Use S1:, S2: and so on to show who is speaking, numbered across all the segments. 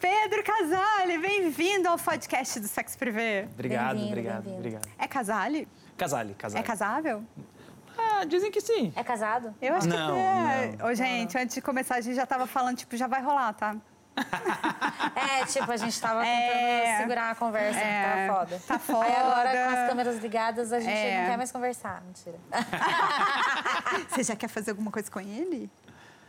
S1: Pedro Casale, bem-vindo ao podcast do Sexo Privé.
S2: Obrigado,
S3: Bem-vindo,
S2: obrigado,
S3: bem-vindo.
S2: obrigado.
S1: É Casale?
S2: Casale, casale.
S1: É casável?
S2: Ah, dizem que sim.
S3: É casado?
S1: Eu acho
S2: Não,
S1: que é.
S2: não.
S1: Ô, gente, antes de começar, a gente já tava falando, tipo, já vai rolar, tá?
S3: É, tipo, a gente tava
S1: É.
S3: tentando segurar a conversa,
S1: É.
S3: que tava foda.
S1: Tá foda.
S3: Aí agora, com as câmeras ligadas, a gente
S1: É.
S3: não quer mais conversar. Mentira.
S1: Você já quer fazer alguma coisa com ele?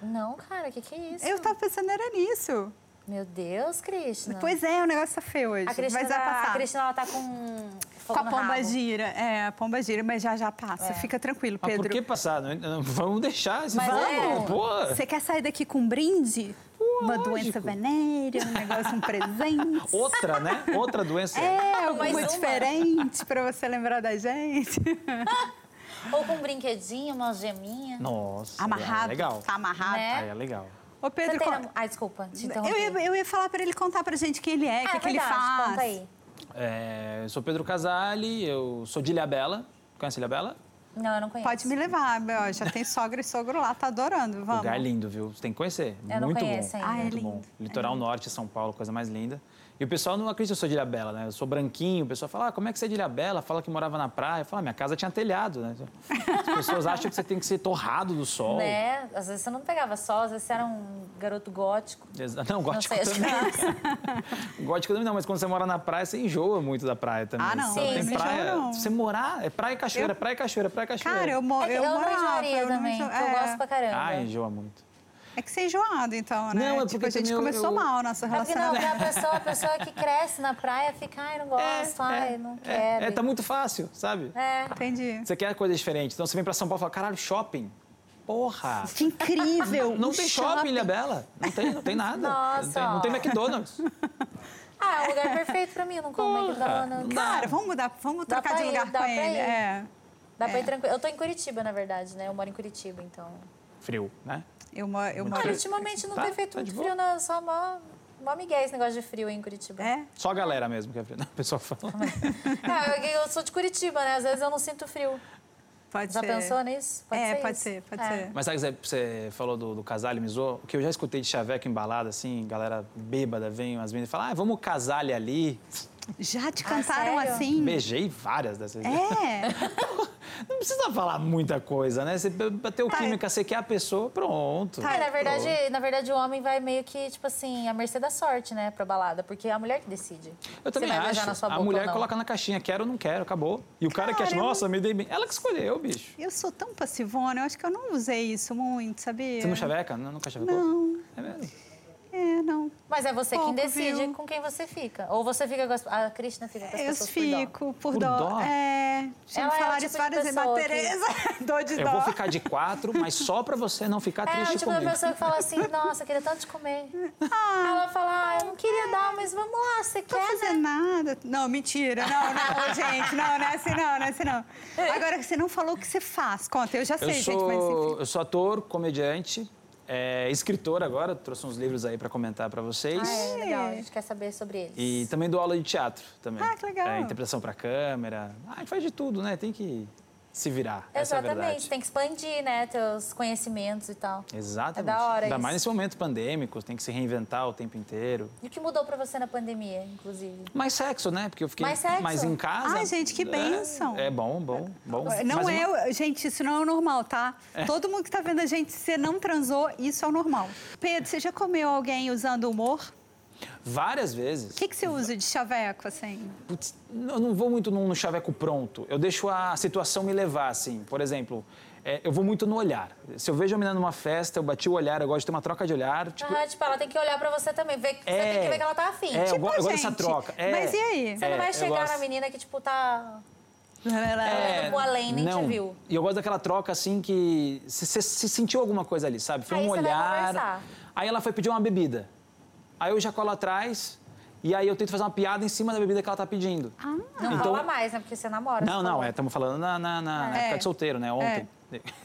S3: Não, cara, o que, que é isso?
S1: Eu tava pensando era nisso.
S3: Meu Deus, Cristina.
S1: Pois é, o negócio tá feio hoje.
S3: a Cristina,
S1: mas vai
S3: tá-
S1: passar.
S3: a Cristina, ela tá com.
S1: Com
S3: fogo
S1: a
S3: no
S1: pomba
S3: rabo.
S1: gira. É, a pomba gira, mas já já passa.
S3: É.
S1: Fica tranquilo,
S2: Mas
S1: Pedro.
S2: Ah, por que passar? Não- não- Vamos deixar esse
S3: Mas
S2: vamos,
S3: é.
S2: pô.
S1: Você quer sair daqui com um brinde? Uma
S2: Lógico.
S1: doença venérea, um negócio, um presente.
S2: Outra, né? Outra doença.
S1: É,
S3: Mais
S1: alguma
S3: uma.
S1: diferente pra você lembrar da gente.
S3: Ou com um brinquedinho, uma geminha.
S2: Nossa.
S1: Amarrado.
S2: É legal.
S1: Tá amarrado.
S3: Né?
S2: Aí é legal.
S1: Ô,
S3: Você
S1: Pedro,
S3: tem
S1: co-
S3: nam- Ai, desculpa, te interrompi.
S1: eu, ia, eu ia falar pra ele contar pra gente quem ele é, o
S3: Ah,
S1: que,
S3: é
S1: que ele
S3: verdade,
S1: faz.
S3: Conta aí.
S2: É, eu sou Pedro Casale, eu sou de Ilhabela. Conhece Ilhabela?
S3: Não, eu não conheço.
S1: Pode me levar, meu, ó, já tem sogra e sogro lá, tá adorando, vamos.
S2: Lugar lindo, viu? Você tem que conhecer.
S3: Eu não
S2: Muito
S3: conheço
S2: bom.
S3: ainda.
S1: Ah, é
S2: Muito bom.
S1: lindo.
S2: Litoral Norte, São Paulo, coisa mais linda. E o pessoal não acredita que eu sou de Ilhabela, né? Eu sou branquinho, o pessoal fala, ah, como é que você é de Ilhabela? Fala que morava na praia. Fala, minha casa tinha telhado, né? As pessoas acham que você tem que ser torrado do sol.
S3: Né? Às vezes você não pegava sol, às vezes você era um garoto gótico.
S2: Exa- Não, gótico
S3: não sei,
S2: também.
S3: acho que
S2: Gótico também não, mas quando você mora na praia, você enjoa muito da praia também.
S1: Ah, não,
S2: Só
S3: Sim,
S2: tem
S3: não
S2: praia.
S1: enjoa, não.
S2: Se você morar, é praia e cachoeira, praia e cachoeira, praia e cachoeira.
S1: Cara, eu, mo
S3: É que
S1: eu,
S3: eu, não
S1: morava,
S3: enjoaria
S1: não
S3: também,
S1: enjo-
S3: que eu
S1: é.
S3: gosto pra caramba.
S2: Ah, enjoa muito.
S1: É que você é enjoado, então, né?
S2: Não, é porque
S1: tipo, a gente
S2: também eu-
S1: começou
S2: eu-
S1: mal o nosso
S3: É porque não,
S1: relacionamento.
S3: pra pessoa, a pessoa que cresce na praia fica, ai, não gosto, ai, não
S2: é,
S3: quero.
S2: é, tá muito fácil, sabe?
S3: É.
S1: Entendi.
S2: Você quer coisa diferente. Então você vem pra São Paulo e fala, caralho, shopping? Porra!
S1: Que incrível!
S2: Não
S1: um
S2: tem shopping, Ilha Bela. Não tem, não tem nada. não,
S3: Nossa,
S2: tem, não tem
S3: ó.
S2: McDonald's.
S3: Ah, é o lugar perfeito pra mim, eu não como McDonald's.
S1: Cara, vamos mudar, vamos
S3: Dá
S1: trocar
S3: pra
S1: de
S3: ir,
S1: lugar
S3: dá
S1: com
S3: pra
S1: ele.
S3: ir.
S1: É.
S3: Dá pra ir tranquilo. Eu tô em Curitiba, na verdade, né? Eu moro em Curitiba, então.
S2: Frio, né?
S1: Eu, mo- eu
S2: Muito
S1: moro.
S3: Cara, ultimamente não
S2: Tá,
S3: tem feito
S2: tá de
S3: muito
S2: boa.
S3: frio, não. Só mó, mó migué esse negócio de frio aí em Curitiba.
S1: É?
S2: Só a galera mesmo que é frio. Não, o pessoal fala.
S3: Ah, eu, eu sou de Curitiba, né? Às vezes eu não sinto frio.
S1: Pode
S3: Já
S1: ser.
S3: pensou nisso? Pode
S1: é,
S3: ser
S1: pode
S3: isso.
S1: ser, pode
S3: É.
S1: ser.
S2: Mas sabe que você você falou do, do casalho Mizô? O que eu já escutei de chaveco embalada, assim, galera bêbada, vem umas meninas e fala, ah, vamos casalho ali.
S1: Já te cantaram
S3: Ah, sério?
S1: assim?
S2: Beijei várias dessas vezes.
S1: É.
S2: Não precisa falar muita coisa, né? Você bateu
S1: Tá.
S2: química, você quer a pessoa, pronto.
S3: É,
S1: Então.
S3: na verdade, na verdade, o homem vai meio que, tipo assim, à mercê da sorte, né, pra balada. Porque é a mulher que decide.
S2: Eu também
S3: se vai
S2: acho.
S3: beijar na sua
S2: a
S3: boca ou
S2: mulher
S3: não.
S2: coloca na caixinha, quero ou não quero, acabou. E o cara, que acha,
S1: Cara, eu-
S2: nossa, me dei bem. Ela que escolheu, bicho.
S1: Eu sou tão passivona, eu acho que eu não usei isso muito, sabia?
S2: Você
S3: É.
S2: não chaveca? Não, nunca chavecou?
S1: Não.
S2: É mesmo?
S1: É, não.
S3: Mas é você
S1: Pouco,
S3: quem decide
S1: viu?
S3: com quem você fica. Ou você fica com as... A Cristina fica com as
S1: Eu
S3: pessoas por dó.
S1: fico por
S2: Por
S1: dó.
S2: dó?
S1: É. Já me
S3: Ela é o
S1: falaram
S3: tipo
S1: isso
S3: de
S1: várias vezes. Mas
S3: pessoa que-
S1: Tereza, dor de
S2: Eu
S1: dó.
S2: vou ficar de quatro, mas só pra você não ficar
S3: É,
S2: triste
S3: o tipo da
S2: comigo.
S3: pessoa que fala assim, nossa, eu queria tanto te comer. Ela fala, ah, eu não queria dar, mas vamos lá, você
S1: Não
S3: quer,
S1: vou
S3: né?
S1: fazer nada. Não, mentira. Não, não, gente. Não, não é assim não, não é assim não. Agora, você não falou o que você faz. Conta, eu já
S2: Eu
S1: sei, gente, mas enfim.
S2: sou, eu sou ator, comediante, é, escritor agora, trouxe uns livros aí pra comentar pra vocês.
S3: Ah, é, legal, a gente quer saber sobre eles.
S2: E também dou aula de teatro também.
S1: Ah, que legal.
S2: É, interpretação pra câmera. Ah, a gente faz de tudo, né? Tem que se virar. Essa é a
S3: Exatamente,
S2: verdade.
S3: tem que expandir, né, teus conhecimentos e tal.
S2: Exatamente.
S3: É da hora
S2: Ainda
S3: isso.
S2: mais nesse momento pandêmico, tem que se reinventar o tempo inteiro.
S3: E o que mudou pra você na pandemia, inclusive?
S2: Mais sexo, né? Porque eu fiquei
S3: Mais sexo?
S2: em casa.
S1: Ai, gente, que
S2: É,
S1: bênção.
S2: É, bom, bom, bom.
S1: Não
S2: Mas
S1: é,
S2: uma-
S1: o- gente, isso não é o normal, tá? Todo mundo que tá vendo a gente, se você não transou, isso é o normal. Pedro, você já comeu alguém usando humor?
S2: Várias vezes.
S1: O que, que você usa de chaveco, assim?
S2: Putz, eu não vou muito num num chaveco pronto. Eu deixo a situação me levar, assim. Por exemplo, é, eu vou muito no olhar. Se eu vejo a menina numa festa, eu bati o olhar, eu gosto de ter uma troca de olhar. Tipo,
S3: Ah, tipo, ela tem que olhar pra você também. Ver, Você
S2: É.
S3: tem que ver que ela tá afim.
S2: É, eu
S3: Tipo,
S2: go-
S1: Pô,
S2: gosto dessa
S1: gente,
S2: troca. É.
S1: Mas e aí?
S3: você não
S2: é,
S3: vai
S2: eu
S3: chegar na
S2: gosto.
S3: menina que, tipo, tá.
S2: É,
S3: olhando pro além, nem te
S2: não.
S3: viu.
S2: E eu gosto daquela troca assim que você sentiu alguma coisa ali, sabe? Foi
S3: Aí
S2: um
S3: você vai
S2: olhar.
S3: conversar.
S2: aí ela foi pedir uma bebida. Aí eu já colo atrás e aí eu tento fazer uma piada em cima da bebida que ela tá pedindo.
S3: Ah, Não
S2: Então-
S3: fala mais, né? Porque você namora.
S2: Não,
S3: você
S2: não,
S3: falou.
S2: estamos falando na, na- na
S1: É.
S2: época de solteiro, né? Ontem.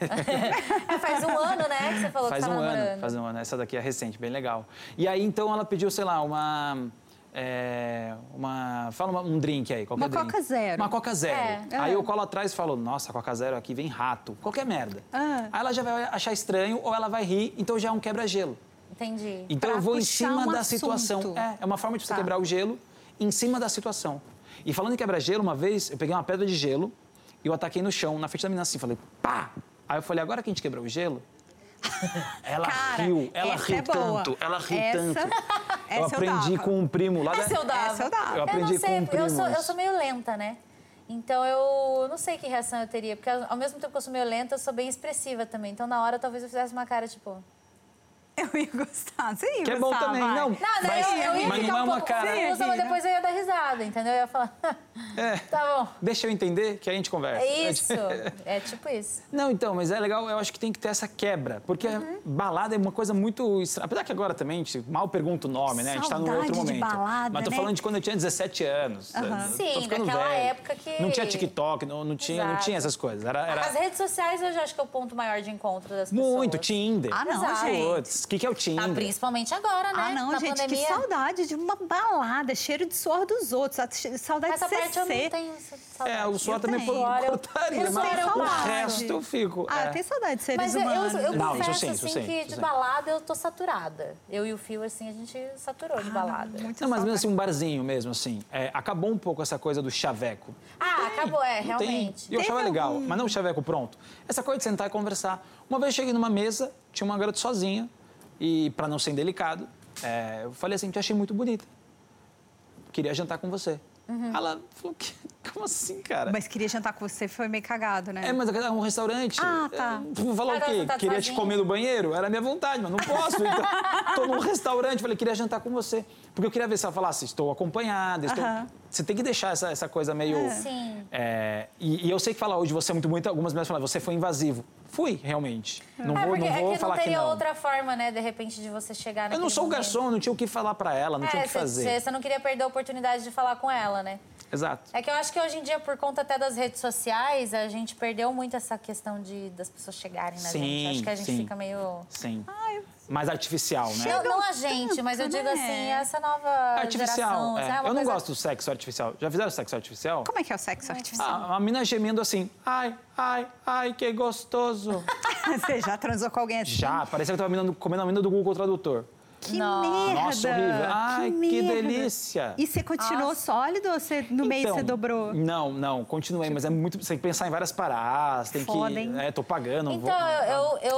S3: É, faz um ano, né? Que você falou
S2: Faz
S3: que
S2: um
S3: tá namorando.
S2: ano, faz um ano. Essa daqui é recente, bem legal. E aí, então, ela pediu, sei lá, uma... é, uma fala uma- um drink aí, qualquer
S1: Uma
S2: drink.
S1: Coca Zero.
S2: Uma Coca Zero.
S3: É.
S2: Aí eu colo atrás e falo, nossa, Coca Zero aqui vem rato. Qualquer merda.
S1: Ah.
S2: Aí ela já vai achar estranho ou ela vai rir, então já é um quebra-gelo.
S3: Entendi.
S2: Então
S1: Pra
S2: eu vou em
S1: puxar
S2: cima
S1: um
S2: da
S1: assunto.
S2: situação. É, é uma forma de você
S1: Tá.
S2: quebrar o gelo em cima da situação. E falando em quebrar-gelo, uma vez eu peguei uma pedra de gelo e eu ataquei no chão, na frente da menina assim, falei, pá! Aí eu falei, agora que a gente quebrou o gelo? Ela
S1: Cara,
S2: riu, ela
S1: essa
S2: riu
S1: é boa.
S2: tanto, ela riu
S1: Essa-
S2: tanto.
S1: essa
S2: eu
S1: eu
S2: aprendi
S1: dava.
S2: com um primo lá
S3: Essa
S2: da...
S3: eu dava.
S1: Essa eu dava. Eu
S2: aprendi
S3: não sei,
S2: com um primo
S3: eu sou, eu
S2: isso.
S3: sou meio lenta, né? Então eu não sei que reação eu teria, porque ao mesmo tempo que eu sou meio lenta, eu sou bem expressiva também. Então na hora talvez eu fizesse uma cara tipo.
S1: Eu ia gostar. Você ia
S2: Que é bom
S1: gostar,
S2: também,
S1: vai.
S2: não.
S3: Não, daí
S2: Mas-
S3: eu, eu ia
S2: mas
S3: ficar
S2: não é
S3: um
S2: uma
S3: pouco
S2: cara-
S3: confusa, mas depois eu ia dar risada, entendeu? Eu ia falar,
S2: É.
S3: tá bom.
S2: Deixa eu entender que a gente conversa.
S3: É isso. É tipo isso.
S2: Não, então, mas é legal, eu acho que tem que ter essa quebra. Porque
S1: Uhum.
S2: balada é uma coisa muito estranha. Apesar que agora também a gente mal pergunta o nome, né? A gente tá num
S1: Saudade
S2: outro
S1: de
S2: momento.
S1: balada,
S2: mas tô
S1: né?
S2: falando de quando eu tinha 17 anos. né?
S3: Sim,
S2: tô ficando
S3: daquela
S2: velho.
S3: época que-
S2: Não tinha TikTok, não, não tinha, não
S3: Exato.
S2: tinha essas coisas. Era, era
S3: As redes sociais hoje eu acho que é o ponto maior de encontro das pessoas.
S2: muito, Tinder.
S1: Ah, não,
S3: Exato.
S1: gente.
S2: Putz, o que, que é o Tinder?
S3: Ah, principalmente agora, né?
S1: Ah, não,
S3: Na
S1: gente,
S3: pandemia.
S1: que saudade de uma balada, cheiro de suor dos outros, a- saudade
S3: Essa
S1: de
S3: parte eu não
S1: CC.
S3: tenho essa saudade.
S2: É, o suor
S1: Eu
S2: também
S1: tenho.
S2: foi
S3: Agora eu-
S2: cortaria,
S3: eu sou
S2: mas o
S3: aeroporto.
S2: resto eu fico.
S1: Ah,
S2: é.
S1: eu tenho saudade de seres
S3: Mas eu,
S1: humanos. né?
S3: eu, eu
S2: Não, isso
S3: confesso,
S2: sim, isso
S3: assim,
S2: sim,
S3: que
S2: isso
S3: de
S2: sim.
S3: balada eu tô saturada. Eu e o Fio, assim, a gente saturou de balada.
S1: Ah, muito
S2: Não, mas mesmo
S1: saudade.
S2: assim, um barzinho mesmo, assim. É, acabou um pouco essa coisa do chaveco.
S3: Ah, acabou, é,
S2: Não tem.
S3: realmente.
S2: E eu achava
S1: Teve
S2: legal, mas não o chaveco pronto. Essa coisa de sentar e conversar. Uma vez eu cheguei numa mesa, tinha uma garota sozinha, e pra não ser indelicado, é, eu falei assim, te achei muito bonita. Queria jantar com você.
S3: Uhum.
S2: Ela falou, "Que- como assim, cara?
S1: Mas queria jantar com você, foi meio cagado, né?
S2: É, mas é um restaurante.
S1: Ah, tá.
S2: É, Vou falar o
S3: Agora
S2: quê?
S3: você tá
S2: queria te
S3: sozinho.
S2: comer no banheiro? Era a minha vontade, mas não posso. Então, tô num restaurante, falei, queria jantar com você. Porque eu queria ver se ela falasse, estou acompanhada, estou...
S1: Aham.
S2: Você tem que deixar essa, essa coisa meio...
S1: É.
S3: Sim.
S2: É, e, e eu sei que falar hoje você é muito bonita, algumas mulheres falam, você foi invasivo. Fui, realmente. Não
S3: é,
S2: vou,
S3: porque
S2: não vou
S3: é que não
S2: falar que
S3: teria
S2: não.
S3: outra forma, né, de repente, de você
S2: Eu
S3: chegar
S2: não
S3: naquele
S2: sou o
S3: momento.
S2: garçom, não tinha o que falar pra ela, não tinha o
S3: É,
S2: que fazer.
S3: você não queria perder a oportunidade de falar com ela, né?
S2: Exato.
S3: É que eu acho que hoje em dia, por conta até das redes sociais, a gente perdeu muito essa questão de das pessoas chegarem na
S2: Sim,
S3: gente. Acho que a gente
S2: sim.
S3: fica meio.
S2: Sim.
S1: Ai, Ah, eu-
S2: Mais artificial, né?
S3: Não, não a
S1: tanto,
S3: gente, mas eu digo
S1: né?
S3: assim, essa nova
S2: Artificial.
S3: geração.
S2: é.
S3: sabe, uma
S2: Eu não
S3: coisa-
S2: gosto do sexo artificial. Já fizeram sexo artificial?
S1: Como é que é o sexo artificial?
S2: Ah, a mina gemendo assim, ai, ai, ai, que gostoso.
S1: Você já transou com alguém assim?
S2: Já, parecia que eu tava menando- comendo a mina do Google Tradutor.
S1: Que
S3: Nossa.
S1: merda!
S2: Nossa, horrível. Ai, que,
S1: merda.
S2: delícia.
S1: E você continuou sólido ou você, no meio
S2: Então,
S1: você dobrou?
S2: Não, não, continuei, mas é muito. Você tem que pensar em várias paradas, tem
S1: Foda,
S2: que.
S1: hein?
S2: É, tô pagando. não
S3: Então,
S2: vou,
S3: eu, eu,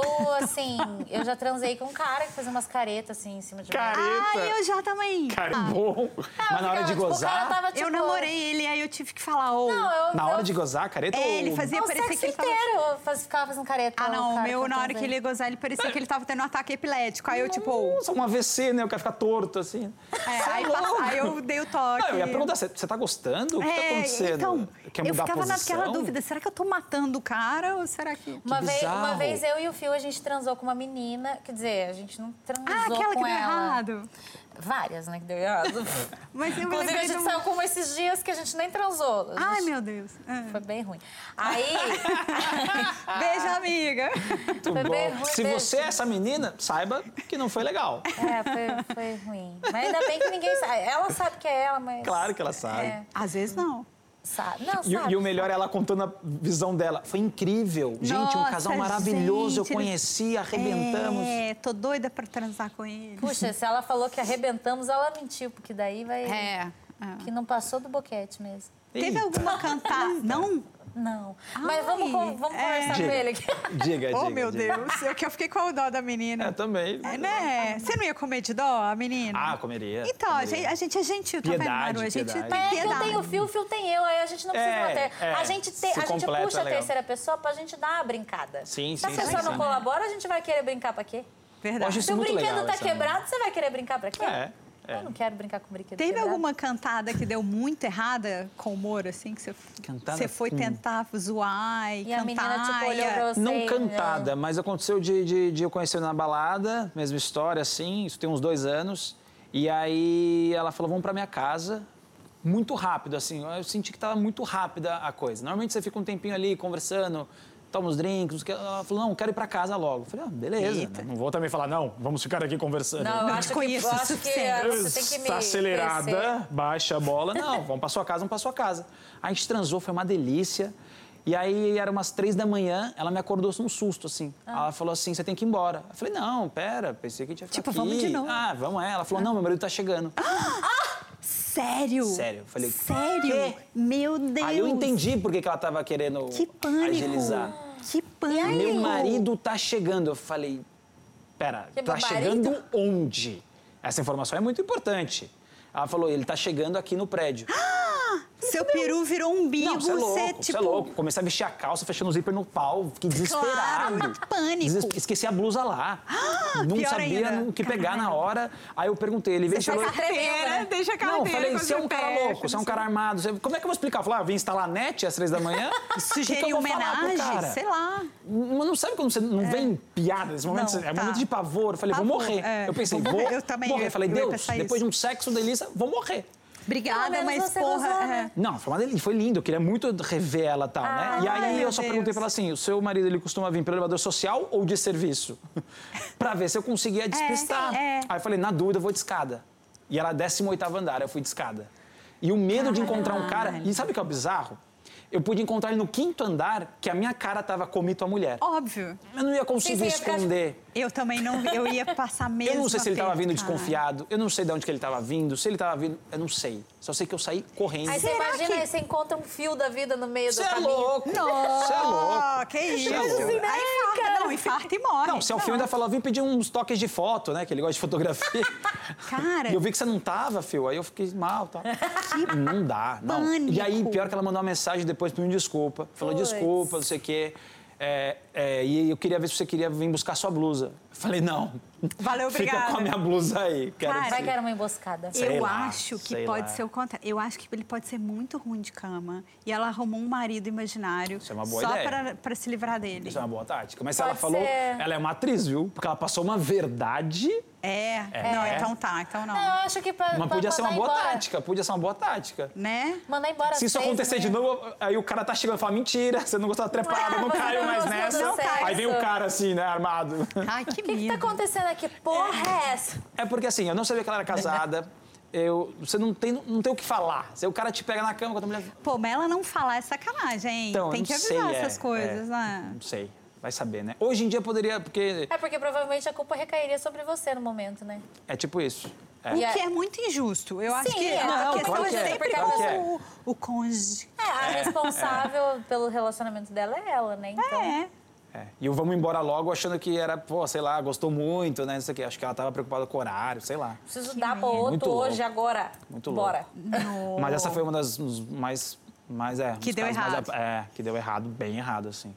S3: eu, assim, eu já transei com um cara que fazia umas caretas assim em cima de mim.
S2: Careta.
S1: Ai, Ah, eu já também. Ah,
S2: Cara, é bom. mas na hora de
S3: ah. Tipo, o cara
S2: gozar.
S3: tava, tipo,
S1: Eu namorei ele, aí eu tive que falar, "Oh." ou...
S3: Não, eu,
S2: Na hora
S3: eu,
S2: de gozar, careta.
S1: É,
S2: ou-
S1: ele fazia
S3: eu, o
S1: parecer
S3: sexo
S1: que ele tava...
S3: inteiro eu faz- ficava fazendo careta.
S1: Ah,
S3: o
S1: não, o
S3: cara
S1: meu,
S3: eu
S1: na hora que ele
S3: transei.
S1: ia gozar, ele parecia que ele tava tendo um ataque epilético. Aí eu, tipo, ou-
S2: Nossa, um AVC, né? O cara fica torto assim.
S1: é, aí,
S2: louco.
S1: passa- aí eu dei o toque.
S2: Não, eu ia perguntar, você você tá gostando? O que tá
S1: É,
S2: acontecendo?
S1: Então,
S2: Quer
S1: eu
S2: mudar
S1: ficava
S2: a posição?
S1: naquela dúvida, será que eu tô matando o cara ou será que...
S3: Uma vez, uma
S2: bizarro.
S3: vez eu e o Fio, a gente transou com uma menina. Quer dizer, a gente não transou
S1: Ah, aquela
S3: com
S1: que deu
S3: ela.
S1: errado.
S3: Várias, né, que deu errado.
S1: Mas eu me
S3: Inclusive, a
S1: lembrei
S3: gente
S1: de um...
S3: saiu com uma esses dias que a gente nem transou. A
S1: Ai,
S3: gente-
S1: meu Deus. Ah.
S3: Foi bem ruim. Aí, Ah.
S1: Beijo, amiga.
S2: Muito
S3: Foi
S2: bom.
S3: bem ruim
S2: Se
S3: mesmo.
S2: você é essa menina, saiba que não foi legal.
S3: é, foi, foi ruim. Mas ainda bem que ninguém sabe. Ela sabe que é ela, mas...
S2: Claro que ela sabe.
S3: É,
S1: Às vezes não.
S3: sabe. Não,
S2: E,
S3: sabe.
S2: e o melhor é ela contando a visão dela. Foi incrível. gente, um
S1: Nossa,
S2: casal maravilhoso.
S1: gente,
S2: eu
S1: eles-
S2: conheci, arrebentamos.
S1: É, tô doida pra transar com ele.
S3: Puxa, se ela falou que arrebentamos, ela mentiu, porque daí vai...
S1: É. é.
S3: Que não passou do boquete mesmo.
S1: Teve
S2: Eita.
S1: alguma cantar? Não?
S3: Não. Mas vamos, con- vamos
S1: é.
S3: conversar com
S2: Diga.
S3: ele aqui.
S2: Diga,
S1: Oh,
S2: diga,
S1: meu
S2: diga.
S1: Deus. É que eu fiquei com o dó da
S2: É,
S1: menina.
S2: também.
S1: É, né? Você não ia comer de dó, a menina?
S2: Ah, comeria.
S1: Então, a
S2: comeria.
S1: gente, a gente é gentil, tá vendo,
S2: Piedade,
S1: Maru? A gente
S2: piedade.
S1: tem
S3: É que eu
S1: piedade.
S3: tenho o fio, o fio tem eu, aí a gente não precisa
S2: É,
S3: de uma ter...
S2: é.
S3: A gente, tem,
S2: Se
S3: a gente
S2: completa,
S3: puxa a
S2: legal.
S3: terceira pessoa pra gente dar uma brincada.
S2: Sim,
S3: Se a
S2: sim,
S3: pessoa
S2: sim,
S3: não
S2: sim.
S3: colabora, a gente vai querer brincar pra quê?
S1: Verdade.
S2: Hoje
S3: Se o
S2: muito
S3: brinquedo
S2: legal
S3: tá
S2: essa-
S3: quebrado, você vai querer brincar pra quê?
S2: É, é.
S3: Eu não quero brincar com brinquedo
S1: Teve
S3: quebrado.
S1: alguma cantada que deu muito errada com o Moro, assim? Que você,
S2: Cantada
S1: você foi
S2: com-
S1: tentar zoar e,
S3: E
S1: cantar?
S3: a menina, tipo,
S1: e
S3: olhou
S1: a-
S3: pra você.
S2: Não
S3: e-
S2: cantada, mas aconteceu de, de, de eu conhecer na balada, mesma história, assim, isso tem uns dois anos. E aí ela falou, vamos pra minha casa. Muito rápido, assim, eu senti que tava muito rápida a coisa. Normalmente você fica um tempinho ali conversando, toma uns drinks, não sei o quê. ela falou, não, quero ir pra casa logo. Eu falei, ah, beleza.
S1: Eita.
S2: né? Não vou também falar, não, vamos ficar aqui conversando.
S3: Não, eu
S1: te
S3: acho que,
S1: conheço
S3: eu
S1: o
S3: acho que
S1: suficiente.
S3: você tem que me
S2: Tá acelerada,
S3: conhecer.
S2: baixa a bola. Não, vamos pra sua casa, vamos pra sua casa. A gente transou, foi uma delícia. E aí, era umas três da manhã, ela me acordou num susto, assim.
S1: Ah.
S2: Ela falou assim, você tem que ir embora. Eu falei, não, pera, pensei que a gente ia ficar
S1: Tipo,
S2: aqui.
S1: vamos de novo.
S2: Ah, vamos é. Ela falou, não, meu marido tá chegando.
S1: Sério?
S2: Sério, eu falei,
S1: Sério?
S2: "Quê?"
S1: Meu Deus.
S2: Aí eu entendi por que que ela tava querendo
S1: Que pânico.
S2: agilizar.
S1: Que pânico.
S2: Meu marido tá chegando. Eu falei, pera,
S3: Que
S2: tá
S3: meu
S2: chegando
S3: marido?
S2: onde? Essa informação é muito importante. Ela falou, ele tá chegando aqui no prédio.
S1: Seu peru virou um umbigo,
S2: Não, você é louco,
S1: você,
S2: você
S1: tipo...
S2: é louco. Comecei a vestir a calça, fechando o zíper no pau, fiquei desesperado.
S1: Claro, pânico. Ah,
S2: esqueci a blusa lá. não
S1: pior
S2: sabia
S1: ainda.
S2: o que pegar na hora. Aí eu perguntei, ele veio e falou...
S3: faz a Tremendo, né?
S4: deixa a
S2: Não,
S4: carteira
S2: eu falei,
S4: com
S2: você é um cara
S4: GPS,
S2: louco, você é um cara armado. você- Como é que eu vou explicar? Eu falei, ah, eu vim instalar net às três da manhã.
S1: Sugerir
S2: O que que eu vou falar pro
S1: homenagem,
S2: cara?
S1: sei lá. É.
S2: Mas não sabe quando você não vem piada nesse momento?
S1: Não,
S2: é um
S1: tá.
S2: momento de pavor. Eu falei,
S1: Pavor,
S2: vou morrer.
S1: é.
S2: eu pensei,
S1: Vou
S2: vou,
S1: morrer. Eu também
S2: morrer.
S1: ia-
S2: falei,
S1: eu ia
S2: Deus,
S1: pensar
S2: depois
S1: isso.
S2: de um sexo delícia, vou morrer.
S1: Obrigada,
S3: Pelo menos
S1: mas
S3: você
S1: porra...
S3: gozou,
S1: é.
S3: né?
S2: Não, foi uma delícia, foi lindo. Eu queria muito rever ela e tal, né? E aí
S1: meu
S2: eu só
S1: Deus.
S2: perguntei pra ela assim: o seu marido ele costuma vir pelo elevador social ou de serviço? pra ver se eu conseguia despistar.
S1: é.
S2: Aí eu falei, na dúvida, eu vou de escada. E era 18 andar, eu fui de escada. E o medo de encontrar um cara. E sabe o que é o bizarro? Eu pude encontrar ele no quinto andar, que a minha cara tava comito a mulher.
S1: Óbvio.
S2: Eu não ia
S3: Sim,
S2: conseguir
S3: sim, ia ficar-
S2: esconder.
S1: Eu também não... Eu ia passar mesmo
S2: Eu não sei se ele estava vindo
S1: aperto, cara.
S2: desconfiado, eu não sei de onde que ele estava vindo, se ele estava vindo, eu não sei. Só sei que eu saí correndo.
S3: Aí você
S1: Será
S3: imagina,
S1: que-
S3: aí você encontra um fio da vida no meio
S2: Você
S3: do
S2: é
S3: caminho.
S2: louco! Você é
S1: Ó,
S2: louco!
S1: que
S2: Você é
S1: isso.
S2: louco.
S1: Aí infarta, não, infarta e morre.
S2: Não, o Celfinho ainda falou, vim pedir uns toques de foto, né? Que ele gosta de fotografia.
S1: Cara,
S2: E eu vi que você não tava, Fio, aí eu fiquei mal, tá? Não dá, não. E aí,
S1: pânico.
S2: pior que ela mandou uma mensagem depois pedindo desculpa. Falou,
S3: Puts.
S2: desculpa, não sei o quê. É, é, e eu queria ver se você queria vir buscar sua blusa. Eu Falei, não.
S1: Valeu,
S2: Fica com
S1: obrigada.
S2: a minha blusa aí. Quero
S1: Cara,
S2: que
S3: Vai
S2: você-
S3: que é era uma emboscada.
S2: Sei
S1: eu
S2: lá,
S1: acho que
S2: sei
S1: pode
S2: lá.
S1: ser o contrário. Eu acho que ele pode ser muito ruim de cama. E ela arrumou um marido imaginário
S2: é uma boa
S1: só
S2: ideia.
S1: pra, pra se livrar dele.
S2: Isso é uma boa tática. Mas
S3: Pode
S2: ela falou,
S3: ser.
S2: ela é uma atriz, viu? Porque ela passou uma verdade.
S1: É.
S2: É.
S1: Não, então tá, então não.
S3: Não, eu acho que pra,
S2: Mas
S3: pra
S2: podia ser uma
S3: mandar
S2: boa
S3: embora.
S2: tática. Podia ser uma boa tática.
S1: Né?
S3: Mandar embora né?
S2: Se isso
S3: às seis
S2: acontecer
S3: da
S2: de
S3: manhã.
S2: novo, aí o cara tá chegando e fala: mentira, você não gostava da trepada,
S3: Ah,
S2: não
S3: você
S2: caiu
S3: não
S2: mais
S3: gostou
S2: nessa.
S3: do sexo.
S2: Aí vem o cara assim, né, armado.
S1: Ai, que
S3: O que, que tá
S1: medo.
S3: acontecendo aqui? Porra é essa?
S2: É porque assim, eu não sabia que ela era casada. Eu, você não tem, não tem o que falar. Se o cara te pega na cama com a tua mulher.
S1: Pô, mas ela não falar é sacanagem, hein?
S2: Então,
S1: Tem
S2: eu
S1: que
S2: não sei,
S1: avisar
S2: é,
S1: essas coisas,
S2: é,
S1: né?
S2: Não sei. Vai saber, né? Hoje em dia poderia, porque
S3: É porque provavelmente a culpa recairia sobre você no momento, né?
S2: é tipo isso. É.
S1: O
S3: E a-
S1: que é muito injusto. Eu acho
S3: Sim,
S1: que
S3: é.
S1: a
S3: Não,
S1: questão
S2: claro
S1: é
S2: que é,
S1: sempre
S3: claro
S2: que é.
S1: com o, o cônjuge.
S3: É, a responsável pelo relacionamento dela é ela, né? Então,
S1: É.
S2: É, E o vamos embora logo achando que era, pô, sei lá, gostou muito, né? Não sei o quê. Acho que ela tava preocupada com o horário, sei lá.
S3: preciso dar pra outro
S2: Muito louco.
S3: hoje, agora.
S2: Muito
S3: Bora.
S2: Mas essa foi uma das uns mais. mais é,
S1: Oh. Que
S2: uns
S1: deu
S2: casos mais-
S1: errado.
S2: é, que deu errado, bem errado, assim.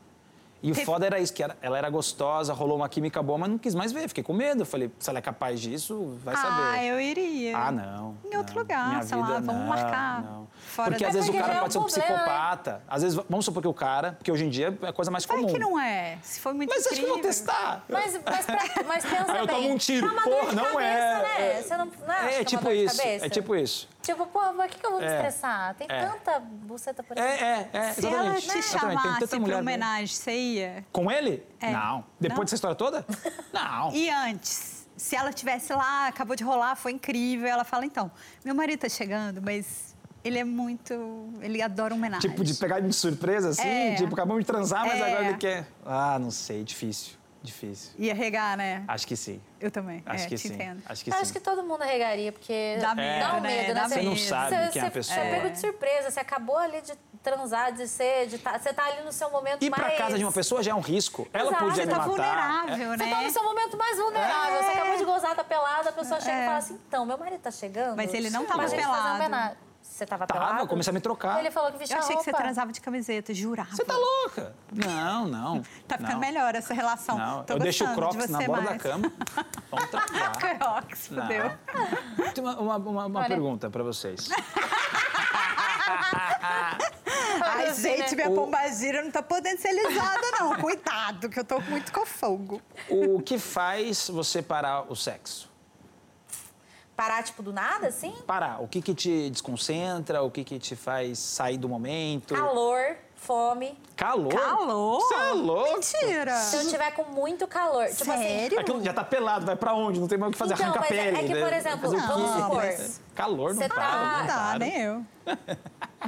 S2: E o
S1: Teve-
S2: foda era isso, que era- ela era gostosa, rolou uma química boa, mas não quis mais ver. Fiquei com medo. Falei, se ela é capaz disso, vai
S1: Ah,
S2: saber.
S1: eu iria.
S2: Ah, não.
S1: Em outro
S2: não.
S1: lugar,
S2: Minha
S1: sei
S2: vida,
S1: lá, vamos
S2: não,
S1: marcar
S2: Não.
S1: fora
S2: porque
S1: da-
S2: às vezes
S1: Porque
S2: o
S3: já
S2: cara
S3: é
S2: pode ser
S3: um
S2: um
S3: problema, né?
S2: psicopata. Às vezes, vamos supor que o cara, porque hoje em dia é a coisa mais
S1: Vai
S2: comum.
S1: que não é. Se foi muito
S2: Mas acho que eu
S1: incrível.
S2: vou testar.
S3: Mas, mas, pra- mas pensa
S2: Aí eu
S3: bem.
S2: tomo um tiro.
S3: É uma dor
S2: Porra,
S3: de
S2: não é.
S3: cabeça, Né?
S2: É.
S3: Você não, não acha que
S2: É,
S3: uma
S2: tipo
S3: dor de
S2: isso.
S3: cabeça?
S2: É tipo isso.
S3: Tipo, pô, por que, que eu vou me
S2: É.
S3: estressar? Tem
S2: É.
S3: tanta buceta por
S2: É,
S3: aí.
S2: é, é,
S1: Se ela
S2: exatamente.
S1: te
S2: Exatamente, tem
S1: chamasse
S2: tanta
S1: pra um
S2: mulher- né?
S1: homenagem, você ia?
S2: Com ele?
S1: É.
S2: Não. Depois
S1: Não?
S2: dessa história toda? Não.
S1: E antes? Se ela estivesse lá, acabou de rolar, foi incrível. Ela fala, então, meu marido tá chegando, mas ele é muito... Ele adora homenagem.
S2: Tipo, de pegar de surpresa, assim,
S1: É.
S2: tipo, acabamos de transar, mas
S1: É.
S2: agora ele quer. Ah, não sei, difícil. Difícil.
S1: Ia regar, né?
S2: Acho que sim.
S1: Eu também.
S2: Acho
S1: é,
S2: que
S1: te
S2: sim.
S1: entendo.
S2: Acho que
S3: Eu acho
S2: sim.
S3: que todo mundo arregaria, porque um
S1: Dá medo, né?
S2: É.
S3: medo,
S1: Dá
S3: né?
S1: Você não
S2: sabe quem é a pessoa.
S3: Você pegou de surpresa, você acabou ali de transar, de ser, de tá, você tá ali no seu momento
S2: Ir
S3: mais...
S2: pra casa de uma pessoa já é um risco. Ela
S3: Exato,
S2: podia
S1: Você
S2: me
S1: tá
S2: matar. é.
S1: vulnerável,
S3: Você tá no
S1: né?
S3: seu momento mais vulnerável, você acabou de gozar, tá pelada, a pessoa chega
S1: É.
S3: e fala assim, então, meu marido tá chegando.
S1: Mas ele não
S3: Pra
S1: tava
S3: gente fazer uma
S1: pelado.
S3: homenagem." Você tava,
S1: tá
S2: Tava,
S3: pelado?
S2: eu comecei a me trocar.
S3: Ele falou que vestia
S1: Eu achei que você
S3: roupa.
S1: transava de camiseta, jurava.
S2: Você tá louca? Não, não.
S1: Tá ficando
S2: não.
S1: melhor essa relação.
S2: Não,
S1: Tô
S2: eu deixo o
S1: gostando de
S2: Crocs na
S1: você
S2: borda da
S1: mais.
S2: cama. Vamos tratar.
S1: Crocs,
S2: Não.
S1: fudeu.
S2: Tem uma, uma, uma- uma
S3: Olha.
S2: pergunta pra vocês.
S1: Ai,
S3: Assim,
S1: gente,
S3: né?
S1: minha pombagira não tá podendo ser lisada, não. Coitado, que eu tô muito com fogo.
S2: O que faz você parar o sexo?
S3: Parar, tipo, do nada, assim?
S2: Parar. O que que te desconcentra? O que que te faz sair do momento?
S3: Calor, fome.
S2: Calor?
S1: Calor?
S2: Você é louco? é
S1: Mentira.
S3: Se eu tiver com muito calor. Tipo assim,
S1: Sério?
S2: Aquilo já tá pelado, vai pra onde? Não tem mais o que fazer,
S3: Então,
S2: arranca a
S3: mas é-
S2: pele.
S3: é que, por
S2: né?
S3: exemplo,
S2: Fazer o quê?
S1: vamos
S3: supor,
S2: Calor não
S3: você
S2: para,
S3: tá-
S2: não
S1: Não
S2: para.
S1: dá, nem Ah, eu.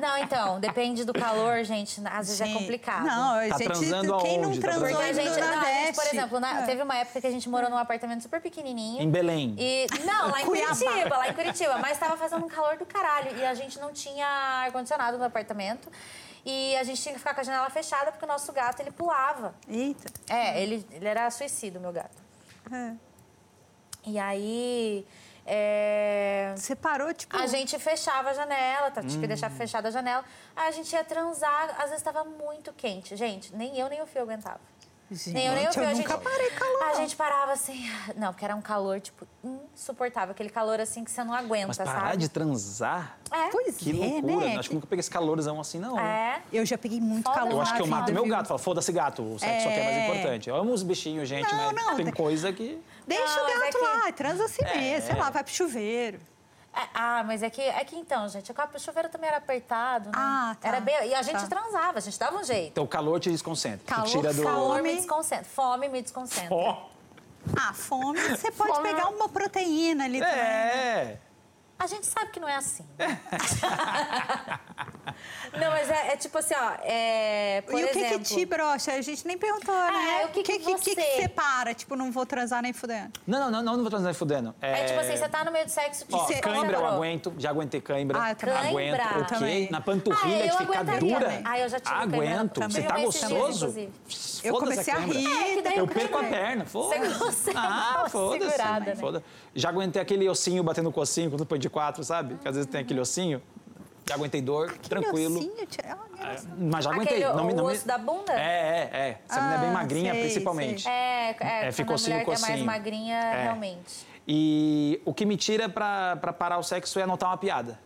S3: Não, então, depende do calor, gente. Às vezes é
S1: Sim.
S3: complicado.
S1: Não,
S2: Tá
S1: gente,
S2: transando
S1: quem não
S2: aonde? Tá
S1: transou
S3: Porque a
S1: indo
S3: gente,
S1: no
S3: não, a gente,
S1: Nordeste?
S3: por exemplo, na-
S1: É.
S3: teve uma época que a gente morou num apartamento super pequenininho.
S2: Em Belém.
S3: E, não, lá em
S1: Cuiabá.
S3: Curitiba, lá em Curitiba. Mas estava fazendo um calor do caralho e a gente não tinha ar-condicionado no apartamento. E a gente tinha que ficar com a janela fechada porque o nosso gato, ele pulava.
S1: Eita.
S3: É, ele, ele era suicida, o meu gato.
S1: É.
S3: E aí... é,
S1: Você parou, tipo...
S3: a gente fechava a janela, tá?
S1: Hum.
S3: tinha que deixar fechada a janela. Aí a gente ia transar, às vezes estava muito quente. Gente, nem eu nem o Fio aguentava.
S1: Gente,
S3: nem eu nem o Fio.
S1: eu
S3: a
S1: nunca
S3: gente...
S1: parei calor.
S3: A gente parava assim. Não, porque era um calor, tipo, insuportável. Aquele calor assim que você não aguenta,
S2: Mas
S3: sabe?
S2: parar de transar?
S3: É.
S1: Pois
S2: Que
S1: é,
S2: loucura.
S1: né?
S2: Acho que nunca peguei esse calorzão assim, não.
S3: É.
S1: Eu já peguei muito
S3: Foda
S1: calor
S2: Eu
S3: lá,
S2: acho que eu
S1: na
S2: mato
S1: vida,
S2: meu
S1: viu?
S2: gato. Falo, foda-se gato, o sexo aqui é mais
S1: É.
S2: importante. Eu amo os bichinhos, gente,
S1: Não,
S2: mas
S1: não,
S3: tá-
S2: tem
S1: tem-
S2: coisa que...
S1: Deixa
S3: Não,
S1: o
S3: mas é
S1: gato
S3: que-
S1: lá, transa assim mesmo, sei lá, vai pro chuveiro.
S3: É, Ah, mas é que, é que então, gente, o copo- o chuveiro também era apertado, né?
S1: Ah, tá.
S3: Era bem, e a gente
S1: Tá.
S3: transava, a gente dava um jeito.
S2: Então o calor te desconcentra.
S1: Calor,
S2: te tira do...
S1: calor.
S3: Calor me
S1: Fome.
S3: desconcentra. Fome me desconcentra.
S2: Ó,
S1: Ah, fome, você pode
S2: Fome,
S1: pegar
S2: né?
S1: uma proteína ali também.
S2: é.
S3: A gente sabe que não é assim. não, mas é, é tipo assim, ó. É, por
S1: e o que que
S3: exemplo, Ah, é,
S1: te brocha? A gente nem perguntou, né?
S3: o que que
S1: que
S3: você-
S1: separa? Tipo, não vou transar nem fudendo.
S2: Não, não, não, não, não vou transar fudendo.
S3: É tipo assim, você tá no meio do sexo,
S2: Ó,
S3: você
S2: cãibra eu
S3: concentrou.
S2: aguento, já aguentei cãibra.
S1: Ah, eu também.
S2: Aguento,
S3: Cãibra.
S2: ok.
S1: Eu também.
S2: Na panturrilha
S3: Ah,
S2: de
S3: eu
S2: ficar
S3: aguentaria
S2: dura.
S3: também. Ah, eu já tive cãibra.
S2: Aguento.
S3: Também.
S2: Você tá
S3: Tive esses dias,
S2: gostoso?
S3: inclusive.
S2: Foda-se
S1: Eu comecei a
S2: cãibra.
S1: rir. um
S3: É, que daí
S2: Eu
S3: o
S2: perco a
S3: cãibra-
S2: perna, foda-se.
S3: Você consegue dar
S2: Ah,
S3: uma
S2: foda-se.
S3: segurada, né?
S2: foda Já aguentei aquele ossinho batendo com o ossinho, quando põe de quatro, sabe? Que às vezes tem aquele ossinho. Já aguentei dor, tranquilo. É,
S1: Negocinho, tia-
S3: É.
S1: ah, negocinho.
S2: Mas já aguentei.
S3: Aquele-
S2: não me,
S3: o
S2: não me-
S3: osso da bunda?
S2: É, é, é. Essa menina é bem
S1: Ah,
S2: magrinha,
S1: sei,
S2: principalmente.
S1: sei.
S3: É, é, quando
S2: ficou
S3: a
S2: assim,
S3: mulher que é
S2: ficou
S3: mais
S2: assim.
S3: magrinha,
S2: É.
S3: realmente.
S2: E o que me tira pra, pra parar o sexo é anotar uma piada.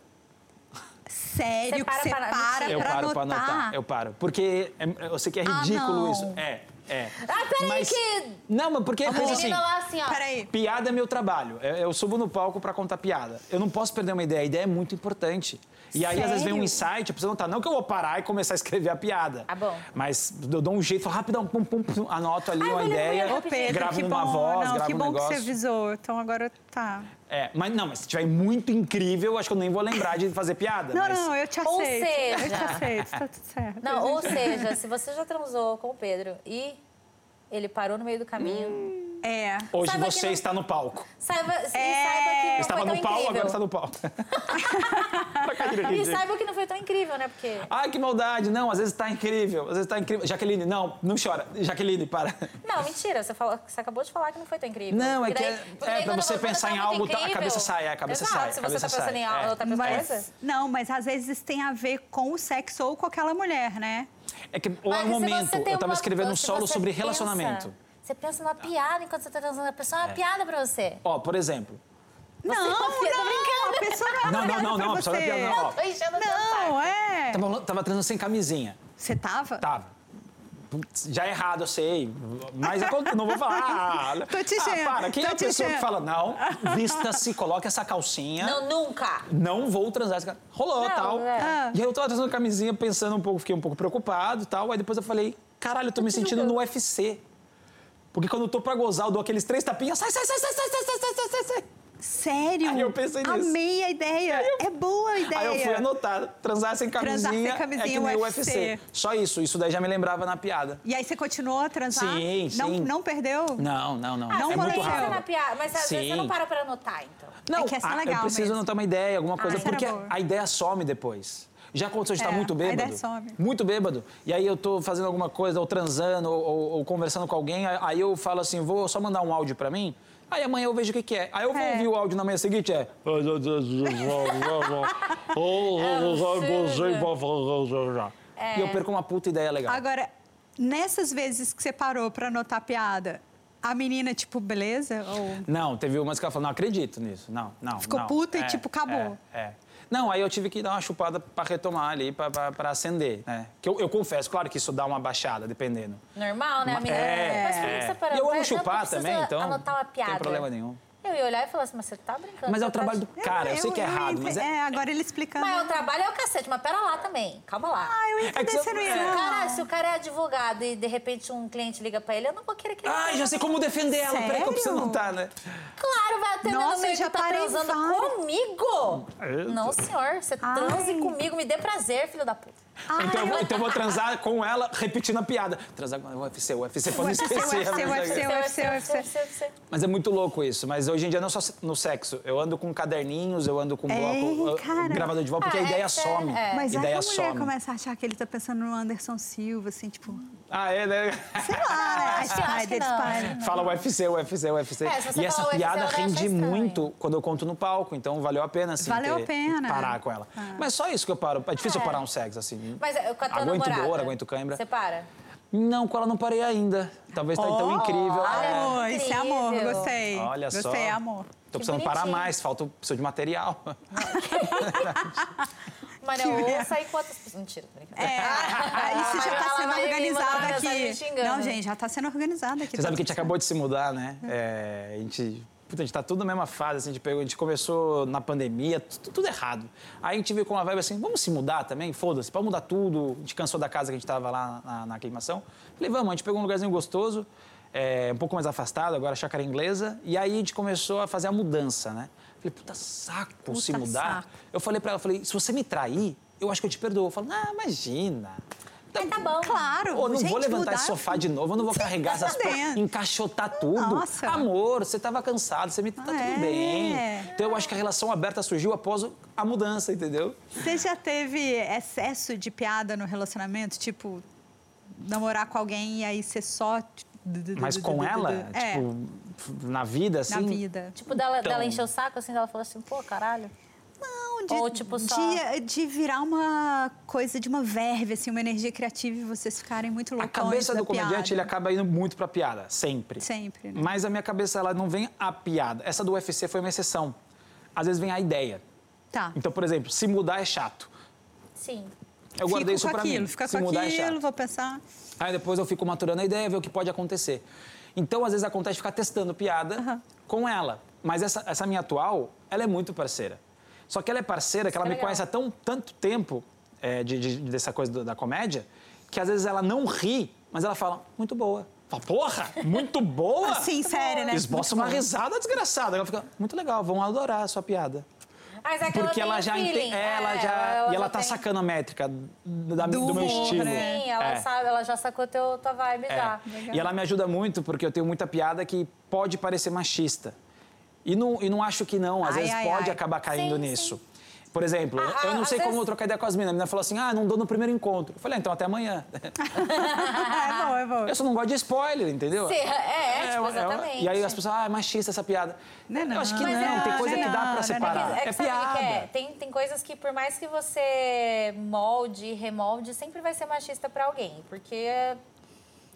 S1: Sério, que
S3: Separa
S1: você
S3: pra-
S1: para
S3: mentira.
S2: eu
S1: É pra
S2: paro pra
S1: anotar.
S2: anotar. Eu paro. Porque é- eu sei que é
S1: Ah,
S2: ridículo
S1: não.
S2: isso. É, é.
S3: Ah, peraí
S2: Mas-
S3: que-
S2: Não, mas porque é
S3: A
S2: coisa assim.
S3: menina lá assim, ó.
S1: Peraí.
S2: Piada é meu trabalho. Eu, eu subo no palco pra contar piada. Eu não posso perder uma ideia. A ideia é muito importante. E aí, às vezes, vem um
S1: Sério?
S2: insight, a pessoa não tá. Não que eu vou parar e começar a escrever a piada.
S3: Ah, bom.
S2: Mas eu dou um jeito, falo rapidão, pum, pum, pum, anoto ali
S3: Ai,
S2: uma
S3: valeu,
S2: ideia,
S3: valeu,
S1: Ô, Pedro,
S2: É, gravo
S1: que
S2: uma
S1: bom.
S2: voz,
S1: não,
S2: gravo
S1: que
S2: um
S1: bom
S2: negócio.
S1: que você avisou. Então agora tá.
S2: É, mas não, mas se tiver muito incrível, acho que eu nem vou lembrar de fazer piada.
S1: Não,
S2: mas...
S1: não, eu te aceito.
S3: Ou
S1: Eu
S3: seja-
S1: te aceito, tá tudo certo.
S3: Não, ou seja, se você já transou com o Pedro e ele parou no meio do caminho,
S2: Hum.
S1: É.
S2: Hoje
S3: Saiba que
S2: você
S3: não-
S2: está no palco.
S3: saiba, e saiba que não
S2: Estava
S3: foi tão
S2: É. no palco, agora
S3: incrível.
S2: está no palco. Pra cair aqui,
S3: E
S2: gente.
S3: saiba que não foi tão incrível, né? Porque.
S2: Ai, que maldade. Não, às vezes tá incrível. Às vezes tá incrível. Jaqueline, não, não chora. Jaqueline, para.
S3: Não, mentira, você, falou, você acabou de falar que não foi tão incrível.
S2: Não, é
S3: E daí-
S2: que é-
S3: porque
S2: é
S3: daí
S2: pra
S3: quando
S2: você pensar
S3: tá
S2: em
S3: muito
S2: algo, tá- a cabeça sai, a cabeça
S3: Exato,
S2: sai, a
S3: se você
S2: cabeça
S3: tá pensando
S2: sai,
S3: em
S2: é.
S3: algo, outra
S1: Mas,
S3: coisa.
S1: não, mas às vezes tem a ver com o sexo ou com aquela mulher, né?
S2: É que ou é
S3: Mas
S2: um
S3: se você
S2: momento.
S3: tem
S2: Eu tava
S3: uma-
S2: escrevendo um
S3: se
S2: solo
S3: você
S2: sobre
S3: pensa-
S2: relacionamento.
S3: Você pensa numa piada enquanto você tá transando, a pessoa é uma piada pra você.
S2: Ó, por exemplo.
S1: não,
S3: tá
S1: não, a pessoa não é
S2: Não, não,
S1: olhada
S2: não,
S1: pra
S2: não, a pessoa não é
S1: você.
S2: piada, não, ó.
S3: Tô enchendo o seu saco.
S1: Não, é.
S2: Tava, lan- tava transando sem camisinha.
S1: Você tava?
S2: Tava. Putz, Já é errado, eu sei. Mas aconte- não vou falar. Ah,
S1: Tô te enchendo,
S2: Ah, para. Quem é
S1: tô
S2: a
S1: te
S2: pessoa que
S1: enchendo.
S2: fala, não, vista-se, coloque essa calcinha.
S3: Não, nunca.
S2: não vou transar. esse cara. Rolou,
S3: Não,
S2: tal.
S3: é.
S1: Ah.
S2: E aí eu tava transando camisinha, pensando um pouco, fiquei um pouco preocupado tal. Aí depois eu falei, caralho, eu tô me sentindo no UFC. Porque quando eu tô pra gozar, eu dou aqueles três tapinhas, sai, sai, sai, sai, sai, sai, sai, sai, sai, sai, sai.
S1: Sério?
S2: Aí eu pensei nisso.
S1: Amei a ideia. É boa a ideia.
S2: Aí eu fui anotar, transar sem
S1: Transar
S2: camisinha,
S1: sem
S2: é que
S1: camisinha,
S2: nem
S1: UFC.
S2: UFC. Só isso, isso daí já me lembrava na piada.
S1: E aí você continuou a transar?
S2: Sim,
S1: Não,
S2: sim.
S1: não perdeu?
S2: Não, não, não.
S1: não
S2: é
S1: vou
S2: muito
S1: lembrar.
S3: Pensa
S2: rápido.
S3: na piada, mas às vezes você
S2: Sim.
S3: não para pra anotar, então.
S2: Não,
S1: É que essa é
S2: a- eu
S1: legal
S2: preciso
S1: mesmo. Ah,
S2: anotar uma ideia, alguma coisa,
S1: essa era
S2: porque
S1: boa.
S2: a ideia some depois. Já aconteceu de estar
S1: É,
S2: muito
S1: a
S2: bêbado.
S1: ideia some.
S2: Muito bêbado. E aí eu tô fazendo alguma coisa, ou transando, ou, ou- ou conversando com alguém, aí- aí eu falo assim, vou só mandar um áudio pra mim, aí amanhã eu vejo o que que é. Aí eu vou
S1: É.
S2: ouvir o áudio na manhã seguinte, é... E eu perco uma puta ideia legal.
S1: É. Agora, nessas vezes que você parou pra anotar a piada, a menina, tipo, beleza? Ou...
S2: Não, teve umas que ela falou, não acredito nisso, não, não.
S1: Ficou
S2: não.
S1: puta e, tipo, acabou.
S2: É, é. Não, aí eu tive que dar uma chupada pra retomar ali, pra, pra, pra acender, né? Que eu, eu confesso, claro que isso dá uma baixada, dependendo.
S3: Normal, né, amiga?
S2: É,
S3: Mas por que
S2: é.
S3: você parou?
S2: E eu
S3: Vai-
S2: amo
S3: não
S2: chupar
S3: precisa
S2: também, então.
S3: anotar uma piada.
S2: Não tem problema nenhum.
S3: Eu ia olhar e falar assim, mas você tá brincando.
S2: Mas é o
S3: você tá
S2: trabalho do
S3: de-
S2: cara, eu, sei que é errado,
S1: ente-
S2: mas é.
S1: É, agora ele explicando.
S3: Mas é o trabalho é o cacete, mas pera lá também. Calma lá.
S1: Ah, eu ia
S2: que
S1: entender
S2: você-
S1: se não ia,
S2: é.
S3: Se o, cara,
S1: não.
S3: se o cara é advogado e de repente um cliente liga pra ele, eu não vou quero que ele.
S2: Ah, já sei como defender ela. Peraí, que eu preciso
S1: Sério?
S2: notar, né?
S3: Claro, vai atender
S1: Nossa,
S3: no meio
S1: eu já
S3: que tá
S1: parei
S3: transando
S1: vários.
S3: comigo.
S2: Eu-
S3: Não, senhor. Você
S1: Ai.
S3: transe comigo, me dê prazer, filho da puta.
S1: Ah,
S2: Então, eu vou,
S1: eu-
S2: então eu vou transar com ela repetindo a piada. Transar com ela, UFC, UFC, pra não
S1: UFC, UFC,
S2: esquecer. né?
S1: UFC. Eu, eu, eu, eu,
S3: eu.
S2: Mas é muito louco isso. Mas hoje em dia não só no sexo. Eu ando com caderninhos, eu ando com bloco, eu-
S1: cara.
S2: gravador de voz, porque
S3: É, Ah,
S2: a ideia
S3: é,
S2: some.
S3: é.
S1: Mas aí a
S2: ideia
S1: mulher
S2: some.
S1: começa a achar que ele tá pensando no Anderson Silva, assim, tipo...
S2: Ah, é, né?
S1: Sei lá,
S3: Acho que- acho que
S1: Spider,
S3: não.
S1: Spider.
S2: Fala UFC, UFC, UFC.
S3: É, se você
S2: e essa
S3: falar UFC,
S2: piada
S3: ela vai achar
S2: rende
S3: estranho.
S2: muito quando eu conto no palco, então valeu a pena, assim,
S1: Valeu
S2: ter-
S1: a pena.
S2: parar com ela. Mas só isso que eu paro. É difícil eu parar um sexo, assim.
S3: Ah. Mas é, com a tua
S2: aguento
S3: namorada.
S2: dor, aguento cãibra.
S3: Você para?
S2: Não, com ela não parei ainda. Talvez tá
S3: Oh,
S2: então incrível. é.
S1: Amor, isso é amor,
S3: Incrível.
S1: gostei.
S2: Olha
S1: gostei,
S2: só.
S1: Gostei, amor.
S2: Tô
S3: Que
S2: precisando parar
S3: bonitinho.
S2: mais, falta preciso de material.
S3: Mano,
S1: Que
S3: eu
S1: merda.
S3: vou sair com outras pessoas. Mentira, tô brincando.
S1: É, isso já tá
S3: Ela
S1: sendo
S3: vai me mandar
S1: organizado
S3: mensagem me
S1: aqui.
S3: xingando.
S1: Não, gente, já tá sendo organizado aqui.
S2: Você sabe que a gente acabou de se mudar, né? É, a gente. Puta, a gente tá tudo na mesma fase, assim, a gente, pegou, a gente começou na pandemia, tu- tudo, errado. Aí a gente veio com uma vibe assim, vamos se mudar também? Foda-se, pra mudar tudo. A gente cansou da casa que a gente tava lá na, na aclimação. Falei, vamos, a gente pegou um lugarzinho gostoso, é, um pouco mais afastado, agora chácara inglesa. E aí a gente começou a fazer a mudança, né? Falei, puta saco se
S1: Puta
S2: mudar.
S1: saco.
S2: Eu falei pra ela, falei, se você me trair, eu acho que eu te perdoo. Eu falo, ah, imagina. Tá,
S3: Tá bom.
S1: Claro,
S2: Ô, não
S1: gente,
S2: vou levantar
S1: mudar-
S2: esse sofá de novo, eu não vou carregar essas coisas,
S1: fudendo.
S2: encaixotar tudo.
S1: tá Nossa.
S2: Amor, você tava cansado, você me tá
S1: É.
S2: tudo bem. Então eu acho que a relação aberta surgiu após o- a mudança, entendeu?
S1: Você já teve excesso de piada no relacionamento? Tipo, namorar com alguém e aí ser só. tipo,
S2: Mas com ela,
S1: É,
S2: tipo, f- na vida, assim.
S1: na vida.
S3: Tipo, dela,
S2: Então.
S3: dela encher o saco, assim, dela falou assim, pô, caralho.
S1: Não, de,
S3: Ou, tipo, só-
S1: de, de virar uma coisa de uma verve, assim, uma energia criativa e vocês ficarem muito
S2: A
S1: loucões
S2: cabeça
S1: da
S2: do comediante,
S1: piada.
S2: ele acaba indo muito pra piada, sempre.
S1: Sempre, né?
S2: Mas a minha cabeça, ela não vem a piada. Essa do UFC foi uma exceção. Às vezes vem a ideia.
S1: Tá.
S2: Então, por exemplo, se mudar é chato.
S3: Sim.
S2: Eu guardei isso
S1: Fico com
S2: pra
S1: aquilo,
S2: mim.
S1: fica
S2: se
S1: com
S2: mudar é chato.
S1: aquilo, vou pensar.
S2: Aí depois eu fico maturando a ideia, ver o que pode acontecer. Então, às vezes, acontece de ficar testando piada com ela. Mas essa, essa minha atual, ela é muito parceira. Só que ela é parceira, que ela
S3: é
S2: me
S3: legal.
S2: conhece há tão, tanto tempo é, de- de- dessa coisa do- da comédia, que às vezes ela não ri, mas ela fala, muito boa. Fala, porra, muito boa?
S1: Assim, sério, né?
S2: Ah, tá Esboça uma
S1: Muito bom.
S2: risada desgraçada. Ela fica, muito legal, vão adorar a sua piada.
S3: Mas é que
S2: Porque ela
S3: tem
S2: já
S3: um feeling.
S2: entende. Ela
S3: É,
S2: já. e ela
S3: já
S2: tá
S3: tem-
S2: sacando a métrica da- do, meu
S1: humor,
S2: estilo.
S1: né?
S3: Sim, ela
S2: É.
S3: sabe, ela já sacou teu, tua vibe
S2: É.
S3: já.
S2: E ela me ajuda muito, porque eu tenho muita piada que pode parecer machista. E não, e não acho que não, às
S1: Ai,
S2: vezes
S1: ai,
S2: pode
S1: ai.
S2: acabar caindo
S3: Sim,
S2: nisso. Por exemplo,
S3: Ah,
S2: eu
S3: ah,
S2: não
S3: às
S2: sei como
S3: vezes-
S2: trocar ideia com as meninas. A menina falou assim: ah, não dou no primeiro encontro. Eu falei, ah, então até amanhã.
S1: é bom, é bom.
S2: Eu só não gosto de spoiler, entendeu?
S3: Sim, é, é, tipo,
S2: uma- uma-
S3: exatamente.
S2: e aí as pessoas, ah, é machista essa piada.
S1: Não é
S2: Eu acho que
S1: não,
S2: não,
S3: mas é
S2: tem
S3: não,
S2: coisa
S3: é
S2: que dá
S1: não,
S2: pra
S1: não é
S2: separar.
S1: não.
S2: É,
S3: que sabe o
S2: piada.
S3: que que é? Tem, tem coisas que, por mais que você molde e remolde, sempre vai ser machista pra alguém. Porque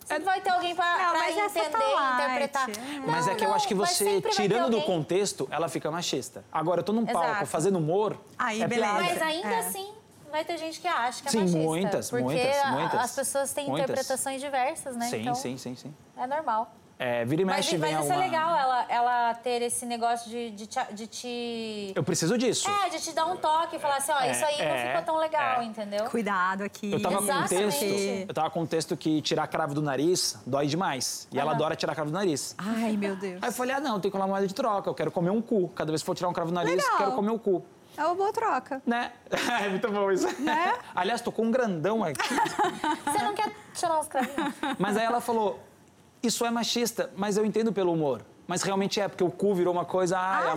S2: É
S3: sempre vai ter alguém pra,
S1: Não,
S3: pra
S1: mas essa
S3: entender,
S1: tá light.
S3: interpretar.
S2: Mas
S3: Não,
S2: é que eu
S3: não,
S2: acho que
S3: mas
S2: você,
S3: sempre vai ter
S2: tirando do
S3: alguém-
S2: contexto, ela fica machista. Agora, eu tô num palco
S3: Exato.
S2: fazendo humor.
S1: Aí,
S2: é
S1: beleza.
S2: piada.
S3: Mas ainda
S1: É.
S3: assim, vai ter gente que acha que é
S2: Sim,
S3: machista.
S2: muitas,
S3: porque
S2: muitas,
S3: a-
S2: muitas,
S3: as pessoas têm
S2: muitas.
S3: interpretações diversas, né?
S2: Sim,
S3: então,
S2: sim, sim, sim.
S3: é normal.
S2: É, vira e
S3: Mas,
S2: mexe
S3: mas
S2: vem
S3: isso
S2: alguma...
S3: é legal, ela, ela ter esse negócio de, de, te- de te...
S2: Eu preciso disso.
S3: É, de te dar um toque e falar assim, ó,
S2: É,
S3: isso aí
S2: é,
S3: não ficou tão legal,
S2: é.
S3: entendeu?
S1: Cuidado aqui.
S2: Eu tava com um
S3: Exatamente.
S2: texto, eu tava com um texto que tirar cravo do nariz dói demais. E ela
S3: Aham.
S2: adora tirar cravo do nariz.
S1: Ai, meu Deus.
S2: Aí eu falei, ah não, tem que colar moeda de troca, eu quero comer um cu. Cada vez que for tirar um cravo do nariz,
S1: Legal.
S2: eu quero comer o cu.
S1: É uma boa troca.
S2: Né? É muito bom isso.
S1: Né?
S2: Aliás, tô com um grandão aqui.
S3: Você não quer tirar Tá os cravinhos?
S2: Mas aí ela falou, isso é machista, mas eu entendo pelo humor. Mas realmente é, porque o cu virou uma coisa, ah,
S1: Ah,
S2: a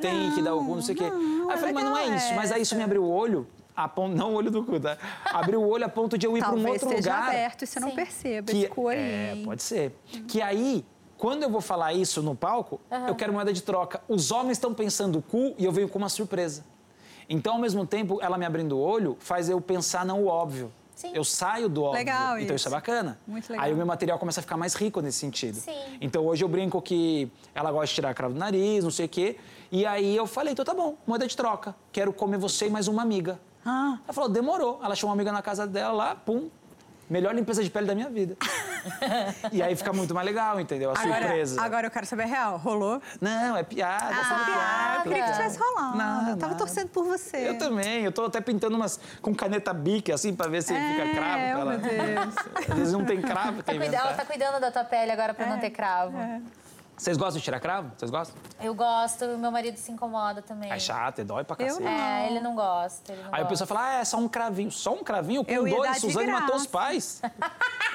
S1: sério?
S2: tem que dar o cu, não sei o quê.
S1: Não,
S2: Aí eu falei, mas não é
S1: legal
S2: isso. Mas aí isso me abriu o olho, a ponto, não o olho do cu, tá? Abriu o olho a ponto de eu ir para um
S1: Talvez
S2: outro
S1: esteja
S2: lugar.
S1: aberto e você não
S3: Sim.
S1: perceba.
S2: que
S1: esse cu aí,
S2: é,
S1: hein? Uhum.
S2: pode ser. Que aí, quando eu vou falar isso no palco, eu quero moeda de troca. Os homens estão pensando cu e eu venho com uma surpresa. Então, ao mesmo tempo, ela me abrindo o olho faz eu pensar não o óbvio.
S3: Sim.
S2: Eu saio do óbvio.
S1: Legal isso.
S2: então isso é bacana.
S1: Muito legal.
S2: Aí o meu material começa a ficar mais rico nesse sentido.
S3: Sim.
S2: Então hoje eu brinco que ela gosta de tirar a cravo do nariz, não sei o quê. E aí eu falei, então tá bom, moeda de troca. Quero comer você e mais uma amiga.
S1: Ah.
S2: Ela falou, demorou. Ela chamou uma amiga na casa dela lá, pum. Melhor limpeza de pele da minha vida. E aí fica muito mais legal, entendeu? A
S1: Agora,
S2: surpresa.
S1: agora Ah, eu quero saber a real. Rolou?
S2: Não, é piada, só piada.
S1: eu queria que tivesse rolado.
S2: Não,
S1: eu tava
S2: não.
S1: torcendo por você.
S2: Eu também, eu tô até pintando umas com caneta bique, assim, pra ver se fica cravo.
S1: É,
S2: pra
S1: meu
S2: ela-
S1: Deus.
S2: Às vezes não tem cravo,
S3: Tá
S2: tem
S3: cuida- Ela tá cuidando da tua pele agora
S2: É,
S3: pra não ter cravo.
S2: Vocês gostam de tirar cravo? Vocês gostam?
S3: Eu gosto, meu marido se incomoda também.
S2: É chato, é dói pra
S1: Eu
S2: cacete.
S1: não.
S3: É, ele não gosta. Ele não
S2: Aí o pessoal
S3: gosta.
S2: fala, ah, é só um cravinho. Só um cravinho? Com
S1: Eu ia dar
S2: dois,
S1: de
S2: Suzane matou os
S1: graça.
S2: pais. não é só um cravo.
S3: Inclusive,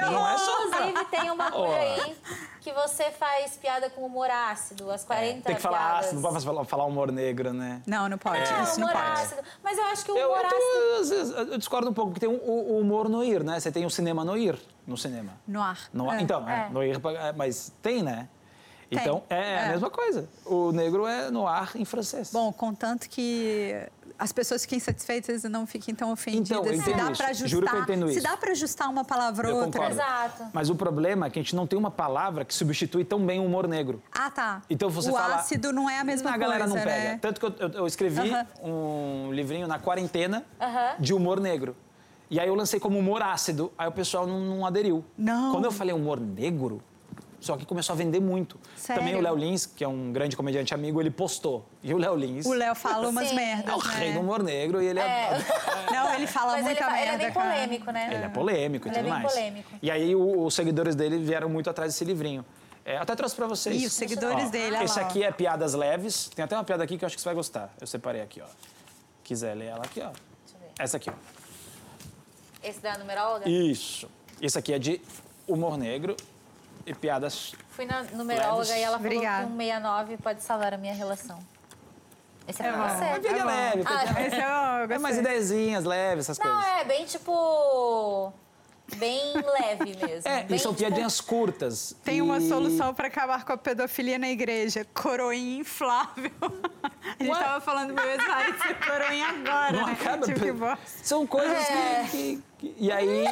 S2: Não é só
S3: inclusive tem uma coisa
S2: Ó.
S3: aí que você faz piada com humor ácido, as 40
S2: É, Tem que falar
S3: piadas.
S2: ácido, não pode falar, falar humor negro, né?
S1: Não, não pode.
S3: Não,
S1: Isso não
S3: humor
S1: pode.
S3: ácido. Mas eu acho que o
S2: Eu, eu
S3: humor
S2: tô-
S3: ácido
S1: assim.
S2: às vezes, eu discordo um pouco, porque tem o- o, o humor noir, né? Você tem o cinema noir no cinema.
S1: No ar.
S2: No-
S1: É.
S2: Então, é,
S3: É.
S2: noir, pra- é, mas tem, né?
S1: Tem.
S2: Então, é,
S1: É.
S2: a mesma coisa. O negro é noir em francês.
S1: Bom, contanto que as pessoas fiquem satisfeitas e não fiquem tão ofendidas.
S2: Então, eu
S1: se
S2: entendo
S1: dá
S2: isso.
S1: pra ajustar,
S2: Juro que eu entendo
S1: se
S2: isso.
S1: dá pra ajustar uma palavra
S2: eu
S1: ou outra.
S2: concordo.
S3: Exato.
S2: Mas o problema é que a gente não tem uma palavra que substitui tão bem o humor negro.
S1: Ah, tá.
S2: Então você
S1: o
S2: fala-
S1: ácido não é a mesma
S2: a
S1: coisa,
S2: galera não pega.
S1: né?
S2: Tanto que eu, eu- eu escrevi
S1: Aham.
S2: um livrinho na quarentena
S3: Aham.
S2: de humor negro. E aí eu lancei como humor ácido, aí o pessoal não, não aderiu.
S1: Não.
S2: Quando eu falei humor negro, só que começou a vender muito.
S1: Sério?
S2: Também o Léo Lins, que é um grande comediante amigo, ele postou. E o Léo Lins
S1: O Léo fala umas
S3: Sim.
S1: merdas,
S2: é o
S1: né?
S2: rei do humor negro e ele é,
S1: Não, ele fala
S3: Mas ele,
S1: muita
S3: fa- ele
S1: merda,
S3: é bem
S1: cara.
S3: polêmico, né?
S2: Ele é polêmico e
S3: Ele é
S2: tudo
S3: bem
S2: mais.
S3: polêmico.
S2: E aí o- os seguidores dele vieram muito atrás desse livrinho. É, até trouxe pra vocês.
S1: Ih, os seguidores
S2: Ó,
S1: dele, olha
S2: Esse
S1: lá, ó.
S2: aqui é piadas leves. Tem até uma piada aqui que eu acho que você vai gostar. Eu separei aqui, ó. Quiser ler ela aqui, ó.
S3: Deixa eu ver.
S2: Essa aqui, ó. é-
S3: Esse da numeróloga?
S2: Isso. Isso aqui é de humor negro e piadas.
S3: Fui na numeróloga
S2: Leves.
S3: e ela falou
S1: Obrigada.
S3: que um 69 pode salvar a minha relação. Esse é, pra
S1: bom.
S2: Uma
S3: você.
S2: piada
S1: bom.
S2: leve.
S3: Ah,
S1: Esse é o- eu
S2: É umas
S1: gostei.
S2: ideizinhas leves, essas
S3: Não,
S2: coisas.
S3: é bem tipo. Bem leve mesmo.
S2: É,
S3: bem,
S2: e são
S3: tipo,
S2: piadinhas curtas.
S1: Tem uma
S2: e-
S1: solução pra acabar com a pedofilia na igreja. Coroinha inflável. A gente
S2: Ué?
S1: tava falando meu ex-marido ser coroinha agora,
S2: Não
S1: né?
S2: acaba.
S1: Tipo, que
S2: pe-
S1: bosta.
S2: São coisas que-
S3: É.
S2: que, que- E aí.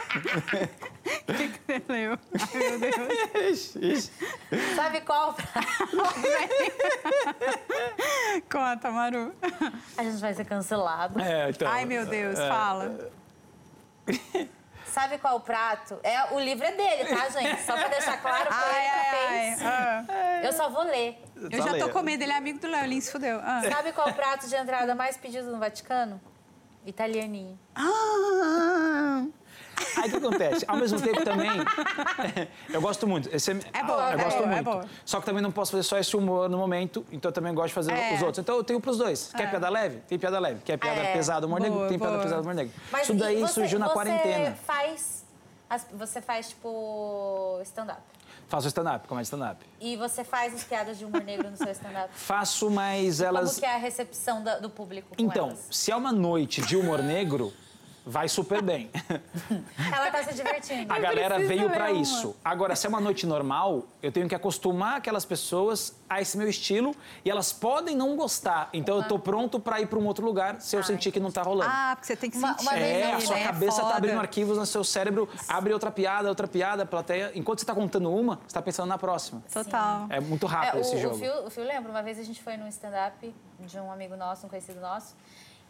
S1: O que que você leu? Ai, meu Deus.
S3: Sabe qual?
S1: Conta, Maru.
S3: A gente vai ser cancelado.
S2: É, então,
S1: Ai, meu Deus,
S2: é.
S1: fala.
S3: Sabe qual prato? É, o livro é dele, tá, gente? Só pra deixar claro, foi
S1: Ai,
S3: ele que
S1: ai, ai.
S3: fez.
S1: Ah.
S3: Eu só vou ler.
S1: Eu já
S2: Fala
S1: tô
S2: aí.
S1: com medo, ele é amigo do Léo, Lins fudeu. Ah.
S2: É.
S3: Sabe qual prato de entrada mais pedido no Vaticano? Italianinho.
S1: Ah.
S2: Aí o que acontece? Ao mesmo tempo também. eu gosto muito. Esse é,
S1: É boa,
S2: eu
S1: é
S2: gosto
S1: boa, é
S2: muito.
S1: boa.
S2: Só que também não posso fazer só esse humor no momento, então eu também gosto de fazer
S1: É.
S2: os outros. Então eu tenho pros dois. Quer piada leve? Tem piada leve. Quer piada
S3: É.
S2: pesada, humor negro?
S1: Boa,
S2: Tem piada
S1: boa.
S2: pesada, humor negro.
S3: Mas
S2: Isso
S3: e
S2: daí
S3: você-
S2: surgiu na
S3: você
S2: quarentena.
S3: Faz, as- você faz, tipo, stand-up.
S2: Faço stand-up, comédia stand-up.
S3: E você faz as piadas de humor negro no seu stand-up.
S2: Faço, mas elas.
S3: Como que é a recepção da- do público com
S2: Então,
S3: elas?
S2: se é uma noite de humor negro, vai super bem.
S3: Ela tá se divertindo.
S2: A galera
S1: preciso
S2: veio
S1: ler
S2: pra
S1: uma.
S2: isso. Agora, se é uma noite normal, eu tenho que acostumar aquelas pessoas a esse meu estilo e elas podem não gostar. Então eu tô pronto pra ir pra um outro lugar se eu sentir que não tá rolando.
S1: Tá. Ah, porque você tem que
S3: Uma-
S1: sentir.
S3: uma vez
S2: é,
S1: né?
S2: a sua
S1: É
S2: cabeça
S1: foda.
S2: tá abrindo arquivos no seu cérebro, abre outra piada, outra piada, a plateia. Enquanto você tá contando uma, você tá pensando na próxima.
S1: Total.
S2: É muito
S3: É,
S2: rápido
S3: o,
S2: esse
S3: o
S2: jogo.
S3: Phil, o Phil lembra, uma vez a gente foi num stand-up de um amigo nosso, um conhecido nosso,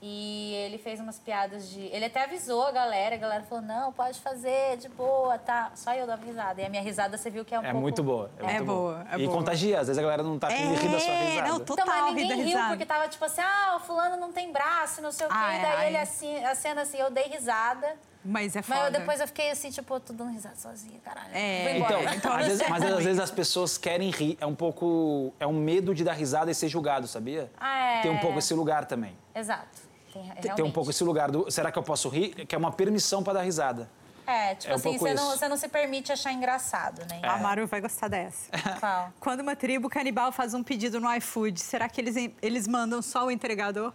S3: e ele fez umas piadas de. Ele até avisou a galera, a galera falou: não, pode fazer, de boa, tá. Só eu dava risada. E a minha risada você viu que é um
S2: É
S3: pouco.
S2: muito boa. É,
S1: É
S2: muito boa.
S1: boa, é
S2: e
S1: boa.
S2: contagia, às vezes a galera não tá afim de rir da sua
S1: É,
S2: risada.
S1: não, tô-
S3: Então,
S1: Total,
S3: mas ninguém
S1: vida
S3: riu,
S1: risada. Ah, é,
S3: porque tava tipo assim, ah, o fulano não tem braço, não sei o quê.
S1: Ai,
S3: e daí
S1: ai.
S3: ele assim, a cena assim, eu dei risada.
S1: Mas é
S3: Mas
S1: foda.
S3: eu, depois eu fiquei assim, tipo, tô dando risada sozinha, caralho.
S1: É.
S3: Vou embora.
S2: Então, às vezes- mas às vezes as pessoas querem rir. É um pouco. É um medo de dar risada e ser julgado, sabia?
S3: Ah, é.
S2: Tem um pouco esse lugar também.
S3: Exato. Tem,
S2: Tem um
S3: realmente.
S2: pouco esse lugar do. Será que eu posso rir? Que é uma permissão pra dar risada.
S3: É, tipo
S2: É um
S3: assim,
S2: pouco
S3: você não,
S2: isso.
S3: você não se permite achar engraçado,
S2: É.
S3: né?
S1: A Maru vai gostar dessa.
S3: Qual?
S1: Quando uma tribo canibal faz um pedido no iFood, será que eles, en- eles mandam só o entregador?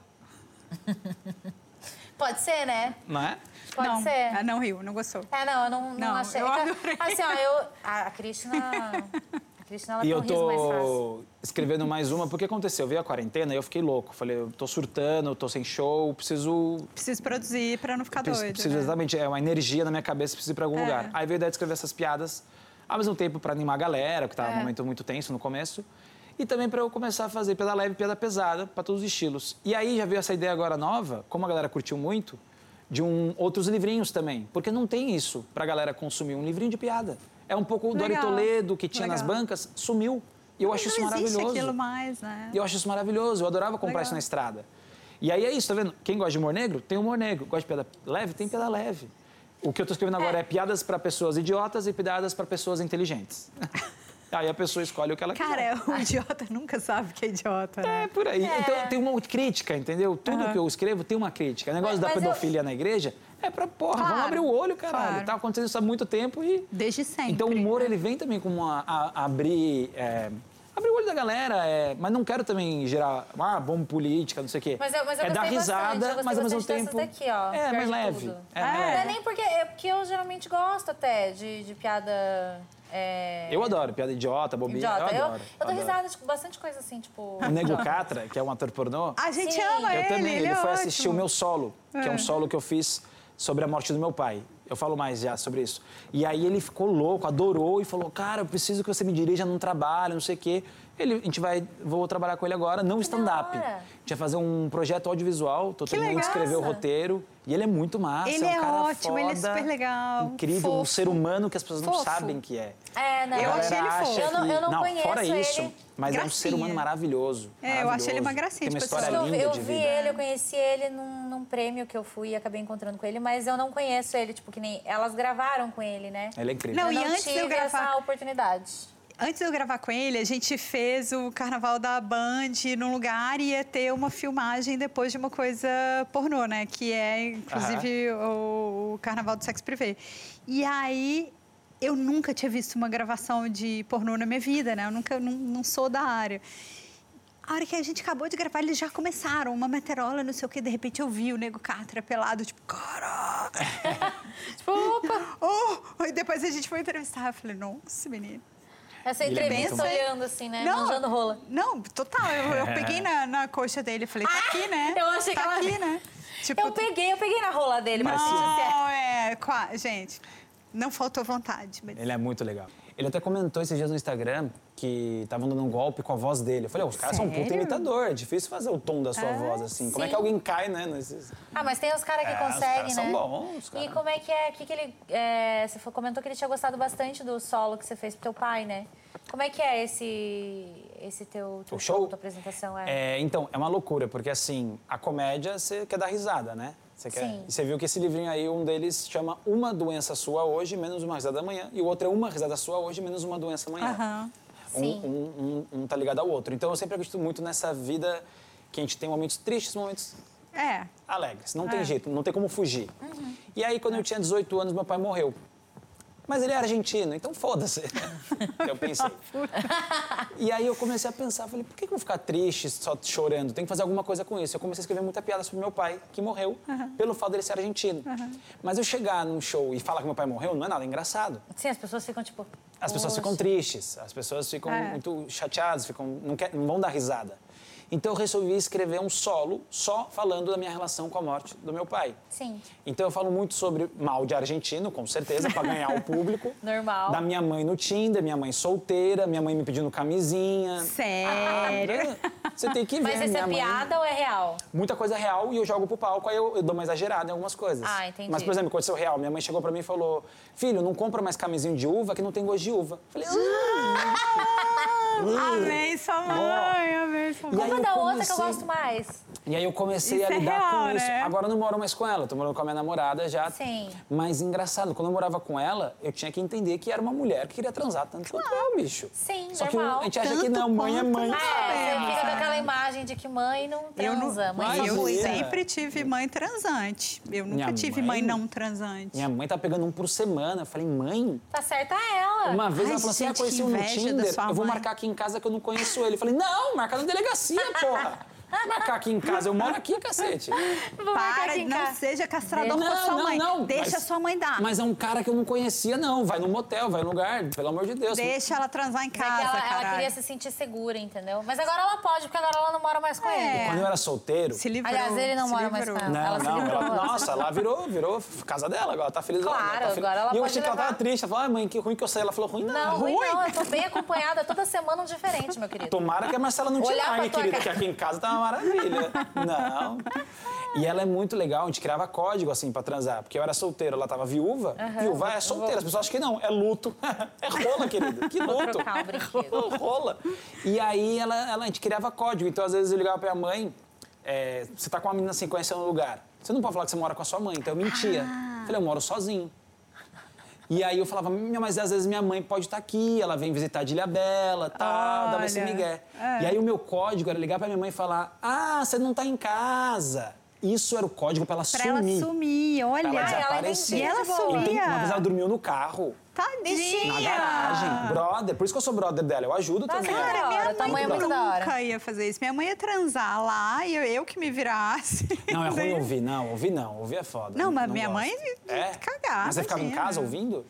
S3: Pode ser, né?
S2: Não é?
S3: Pode
S1: não.
S3: ser.
S1: Ah, não riu, não gostou.
S3: É, não, eu não, não,
S1: Não,
S3: achei.
S1: eu
S3: É que-
S1: adorei.
S3: assim, ó, eu. A a Krishna. A Krishna, ela
S2: E
S3: tem um
S2: eu
S3: riso mais fácil.
S2: tô escrevendo mais uma, porque aconteceu, veio a quarentena e eu fiquei louco. Falei, eu tô surtando, eu tô sem show, preciso.
S1: Preciso produzir pra não ficar
S2: preciso,
S1: doido.
S2: preciso
S1: né?
S2: exatamente, é uma energia na minha cabeça, preciso ir pra algum
S1: É.
S2: lugar. Aí veio a ideia de escrever essas piadas, ao mesmo tempo pra animar a galera, que
S1: É.
S2: tava um momento muito tenso no começo. E também pra eu começar a fazer piada leve, piada pesada, pra todos os estilos. E aí já veio essa ideia agora nova, como a galera curtiu muito, de um, outros livrinhos também. Porque não tem isso pra galera consumir, um livrinho de piada. É um pouco o Dori
S1: Legal.
S2: Toledo que tinha nas
S1: Legal.
S2: bancas, sumiu. E eu acho
S1: não
S2: isso
S1: existe
S2: maravilhoso.
S1: aquilo mais, né?
S2: E eu acho isso maravilhoso. Eu adorava comprar
S1: Legal.
S2: isso na estrada. E aí é isso, tá vendo? Quem gosta de humor negro, tem humor negro. Gosta de piada leve, tem piada leve. O que eu tô escrevendo agora é, piadas pra pessoas idiotas e piadas pra pessoas inteligentes. aí a pessoa escolhe o que ela quiser.
S1: Cara, o idiota nunca sabe que é idiota, né?
S2: É por aí. Então tem uma crítica, entendeu? Tudo que eu escrevo tem uma crítica. O negócio da
S3: Mas eu-
S2: pedofilia na igreja é pra, porra, vamos
S1: Claro,
S2: abrir o olho, caralho.
S1: claro.
S2: Tá acontecendo isso há muito tempo e
S1: Desde
S3: É
S1: sempre.
S2: então o humor
S1: né?
S2: ele vem também como a, a- abrir, é, abrir o olho da galera, é, mas não quero também gerar ah, bom política, não sei o quê.
S3: Mas eu- mas eu
S2: é dar
S3: gostei bastante,
S2: risada,
S3: eu gostei
S2: mas ao mesmo
S3: bastante
S2: tempo
S3: dessas daqui, ó,
S2: é
S3: pior
S2: mais
S3: de
S2: leve.
S3: tudo.
S2: É, mais
S1: É.
S3: Não
S2: leve.
S3: é nem porque, é porque eu geralmente gosto até de, de piada. é,
S2: Eu adoro piada idiota, bobinha,
S3: idiota.
S2: eu
S3: Eu,
S2: adoro.
S3: eu dou
S2: adoro.
S3: risada de bastante coisa assim, tipo.
S2: O Nego
S3: idiota.
S2: Catra, que é um ator pornô,
S1: A gente
S3: Sim.
S1: ama
S2: eu
S1: ele,
S2: também.
S1: ele,
S2: Ele,
S1: é
S2: foi
S1: ótimo.
S2: assistir o meu solo, que é um solo que eu fiz sobre a morte do meu pai. Eu falo mais já sobre isso. E aí ele ficou louco, adorou e falou: Cara, eu preciso que você me dirija num trabalho, não sei o quê. Ele, a gente vai, vou trabalhar com ele agora, não stand-up.
S3: hora.
S2: A gente vai fazer um projeto audiovisual, tô terminando de
S1: legal.
S2: escrever o roteiro. E ele é muito massa.
S1: Ele
S2: um
S1: é
S2: cara
S1: ótimo, ele é
S2: foda,
S1: super legal,
S2: Incrível, um
S1: fofo.
S2: ser humano que as pessoas não
S1: Fofo.
S2: sabem que é.
S3: É, não.
S2: A
S1: Eu
S2: galera
S1: achei ele
S2: acha
S1: fofo.
S2: que-
S3: Eu não, eu não conheço
S2: fora
S3: ele.
S2: isso, mas é um ser humano
S1: Gracinha.
S2: maravilhoso.
S1: É, eu acho ele uma
S2: maravilhoso.
S1: gracinha
S2: Tem uma
S1: de pessoa.
S2: história
S3: eu,
S2: linda
S3: eu
S2: de
S3: vi
S2: vida.
S3: ele, eu conheci ele num, num prêmio que eu fui e acabei encontrando com ele, mas eu não conheço ele, tipo, que nem. Elas gravaram com ele, né?
S2: Ela é incrível.
S1: Não,
S3: Eu
S1: e
S3: não
S1: antes de
S3: tive
S1: eu gravar-
S3: essa oportunidade.
S1: Antes de eu gravar com ele, a gente fez o carnaval da Band num lugar e ia ter uma filmagem depois de uma coisa pornô, né? Que é, inclusive, o, o carnaval do sexo privê. E aí, eu nunca tinha visto uma gravação de pornô na minha vida, né? Eu nunca, não, não sou da área. A hora que a gente acabou de gravar, eles já começaram. Uma meteorola, não sei o quê. De repente, eu vi o Nego Catra pelado, tipo, caralho!
S3: Tipo, opa!
S1: Oh! E depois a gente foi entrevistar. Eu falei, nossa, menino.
S3: Essa
S2: Ele é muito
S3: entrevista
S2: bom.
S3: olhando assim, né? Manjando rola.
S1: Não, total. Eu, eu peguei na, na coxa dele e falei, tá aqui, né?
S3: eu achei que
S1: tá
S3: ela-
S1: aqui, né? Tipo,
S3: Eu peguei, eu peguei na rola dele, pra sentir se é.
S1: não, é. qua- Gente, não faltou vontade. Mas...
S2: Ele é muito legal. Ele até comentou esses dias no Instagram que estavam dando um golpe com a voz dele. Eu falei, "Ó, os caras são um puta
S1: Sério?
S2: imitador, é difícil fazer o tom da sua voz assim. Como é
S3: sim.
S2: que alguém cai, né? nesses-
S3: Ah, mas tem os caras que
S2: É, os
S3: conseguem,
S2: caras
S3: né?
S2: são bons, os
S3: E
S2: caras.
S3: como é que é? Que que ele, é, você fa- comentou que ele tinha gostado bastante do solo que você fez pro teu pai, né? Como é que é esse, esse teu, teu
S2: O show?
S3: tua apresentação? É.
S2: É, então, é uma loucura, porque assim, a comédia você quer dar risada, né? Você quer.
S3: Sim.
S2: E você viu que esse livrinho aí, um deles chama Uma Doença Sua Hoje, menos uma risada amanhã. E o outro é Uma Risada Sua Hoje, menos uma doença amanhã.
S1: Aham.
S2: Um,
S3: Sim.
S2: um, um, um tá ligado ao outro. Então eu sempre acredito muito nessa vida que a gente tem momentos tristes, momentos
S1: É.
S2: alegres. Não tem jeito, não tem como fugir. E aí, quando eu tinha 18 anos, meu pai morreu. Mas ele era argentino, então foda-se. eu pensei. e aí eu comecei a pensar, falei, por que que eu vou ficar triste, só chorando? Tem que fazer alguma coisa com isso. Eu comecei a escrever muita piada sobre meu pai, que morreu, pelo fato dele ser argentino. Mas eu chegar num show e falar que meu pai morreu, não é nada engraçado.
S3: Sim, as pessoas ficam tipo.
S2: As pessoas
S3: "Poxa".
S2: ficam tristes, as pessoas ficam
S1: É.
S2: muito chateadas, ficam, não, quer- não vão dar risada. Então eu resolvi escrever um solo só falando da minha relação com a morte do meu pai.
S3: Sim.
S2: Então eu falo muito sobre mal de argentino, com certeza, para ganhar o público.
S3: Normal.
S2: Da minha mãe no Tinder, minha mãe solteira, minha mãe me pedindo camisinha. Ah, né?
S1: Sério.
S2: Você tem que ver,
S3: Mas isso
S2: né, minha
S3: é
S2: mãe-
S3: piada ou é real?
S2: muita coisa real e eu jogo pro palco, aí eu, eu dou uma exagerada em algumas coisas.
S3: Ah, entendi.
S2: Mas, por exemplo, aconteceu real. Minha mãe chegou pra mim e falou: Filho, não compra mais camisinho de uva que não tem gosto de uva. Eu falei, "Ah!"
S1: Ah,
S2: Uh!
S1: Amei sua mãe, amei sua
S2: E
S1: mãe.
S2: aí eu assim?
S3: Compra da outra que
S2: comecei-
S3: eu gosto mais.
S2: E aí eu comecei
S1: Isso
S2: a
S1: é
S2: lidar com
S1: real,
S2: isso.
S1: né?
S2: Agora eu não moro mais com ela, tô morando com a minha namorada já.
S3: Sim.
S2: Mas engraçado, quando eu morava com ela, eu tinha que entender que era uma mulher que queria transar tanto quanto eu, bicho.
S3: Sim,
S2: Só que
S3: normal.
S2: a gente acha
S1: Tanto
S2: que não, mãe é
S1: quanto
S2: mãe.
S1: não.
S3: Ah, é,
S1: Ah.
S3: você fica com aquela imagem de que mãe não
S1: Eu, não,
S3: transa. mãe
S1: eu
S3: só
S2: Imagina.
S1: sempre tive mãe transante. Eu nunca
S2: Minha
S1: tive
S2: mãe-
S1: mãe não transante.
S2: Minha mãe tá pegando um por semana. Eu falei, mãe,
S3: Tá certa ela.
S2: Uma vez
S1: Ai,
S2: ela falou assim: ah,
S1: gente,
S2: conheci
S1: que
S2: um no
S1: inveja da
S2: Tinder,
S1: sua
S2: eu vou
S1: mãe."
S2: marcar aqui em casa que eu não conheço ele. Eu falei: não, marca na delegacia, porra. Vai Marcar aqui em casa, eu moro aqui, cacete.
S3: Vou marcar
S1: Para,
S3: aqui em
S1: não
S3: casa.
S1: seja castrador
S2: Não,
S1: com a sua
S2: não,
S1: mãe.
S2: não.
S1: Deixa
S2: mas-
S1: sua mãe dar.
S2: Mas é um cara que eu não conhecia, não. Vai num motel, vai num lugar, pelo amor de Deus.
S1: Deixa ela transar em
S3: Mas é que
S1: casa,
S3: ela, ela
S1: caralho.
S3: queria se sentir segura, entendeu? Mas agora ela pode, porque agora ela não mora mais com
S1: É.
S3: ele.
S2: Quando eu era solteiro.
S1: Se livrou.
S3: Aliás, ele não
S1: se
S3: mora mais com
S1: livrou.
S3: ela.
S2: Não,
S3: ela se
S2: não,
S3: livrou.
S2: ela- nossa, lá virou, virou casa dela, agora tá feliz lá.
S3: Claro,
S2: tá feliz.
S3: agora ela
S2: E eu
S3: pode
S2: achei que ela tava
S3: levar.
S2: triste. Ela falou, ah, mãe, que ruim que eu saí. Ela falou, tá ruim né? não.
S3: Não, ruim não. Eu tô bem acompanhada toda semana um diferente, meu querido.
S2: Tomara que a Marcela não te
S3: Olhar pra
S2: largue,
S3: tua
S2: querida,
S3: cara.
S2: que aqui em casa tá uma uma maravilha. Não. E ela é muito legal, a gente criava código assim pra transar, porque eu era solteiro, ela tava viúva. Viúva é solteira, as pessoas acham que não, é luto. é rola, querido. Que
S3: Vou
S2: luto.
S3: trocar o brinquedo.
S2: rola. E aí ela, ela, a gente criava código. Então, às vezes, eu ligava pra minha mãe, é, você tá com uma menina assim, conhecendo um lugar. Você não pode falar que você mora com a sua mãe. Então eu mentia.
S3: Ah.
S2: Falei, eu moro sozinho. E aí eu falava, "Minha, mas às vezes minha mãe pode estar aqui, ela vem visitar de Ilhabela, tá, dava esse
S1: Olha,
S2: migué.
S1: é.
S2: E aí o meu código era ligar pra minha mãe e falar, ah, você não tá em casa. Isso era o código pra ela
S1: Pra ela
S2: sumir.
S1: sumir, olha.
S2: Pra ela
S3: ela é
S2: desaparecer.
S1: E ela
S2: E tem- uma vez ela
S1: sumia.
S2: dormiu no carro,
S1: Tadinha.
S2: na garagem. Brother, por isso que eu sou brother dela, eu ajudo
S3: Nossa,
S2: também.
S3: cara,
S1: Cara,
S3: Da
S1: minha
S3: hora, tua
S1: mãe,
S3: mãe é muito da hora.
S1: nunca ia fazer isso. Minha mãe ia transar lá e eu, eu que me virasse.
S2: Não, é ruim ouvir, não. Ouvir não, ouvir é foda.
S1: Não, mas minha
S2: gosto.
S1: mãe
S2: é?
S1: cagava,
S2: Mas você ficava em
S1: tadinha.
S2: casa ouvindo?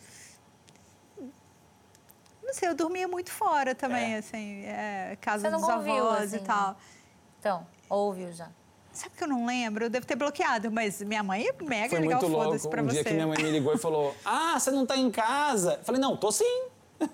S1: Não sei, eu dormia muito fora também,
S2: É.
S1: assim, é, casa
S3: Você
S1: dos
S3: nunca ouviu,
S1: avós e
S3: assim?
S1: tal.
S3: Então, ouviu já.
S1: Sabe que eu não lembro? Eu devo ter bloqueado, mas minha mãe é mega
S2: Foi
S1: legal,
S2: muito
S1: foda-se
S2: louco.
S1: pra
S2: Um
S1: você.
S2: dia que minha mãe me ligou e falou: Ah, você não tá em casa? Eu falei: Não, tô sim.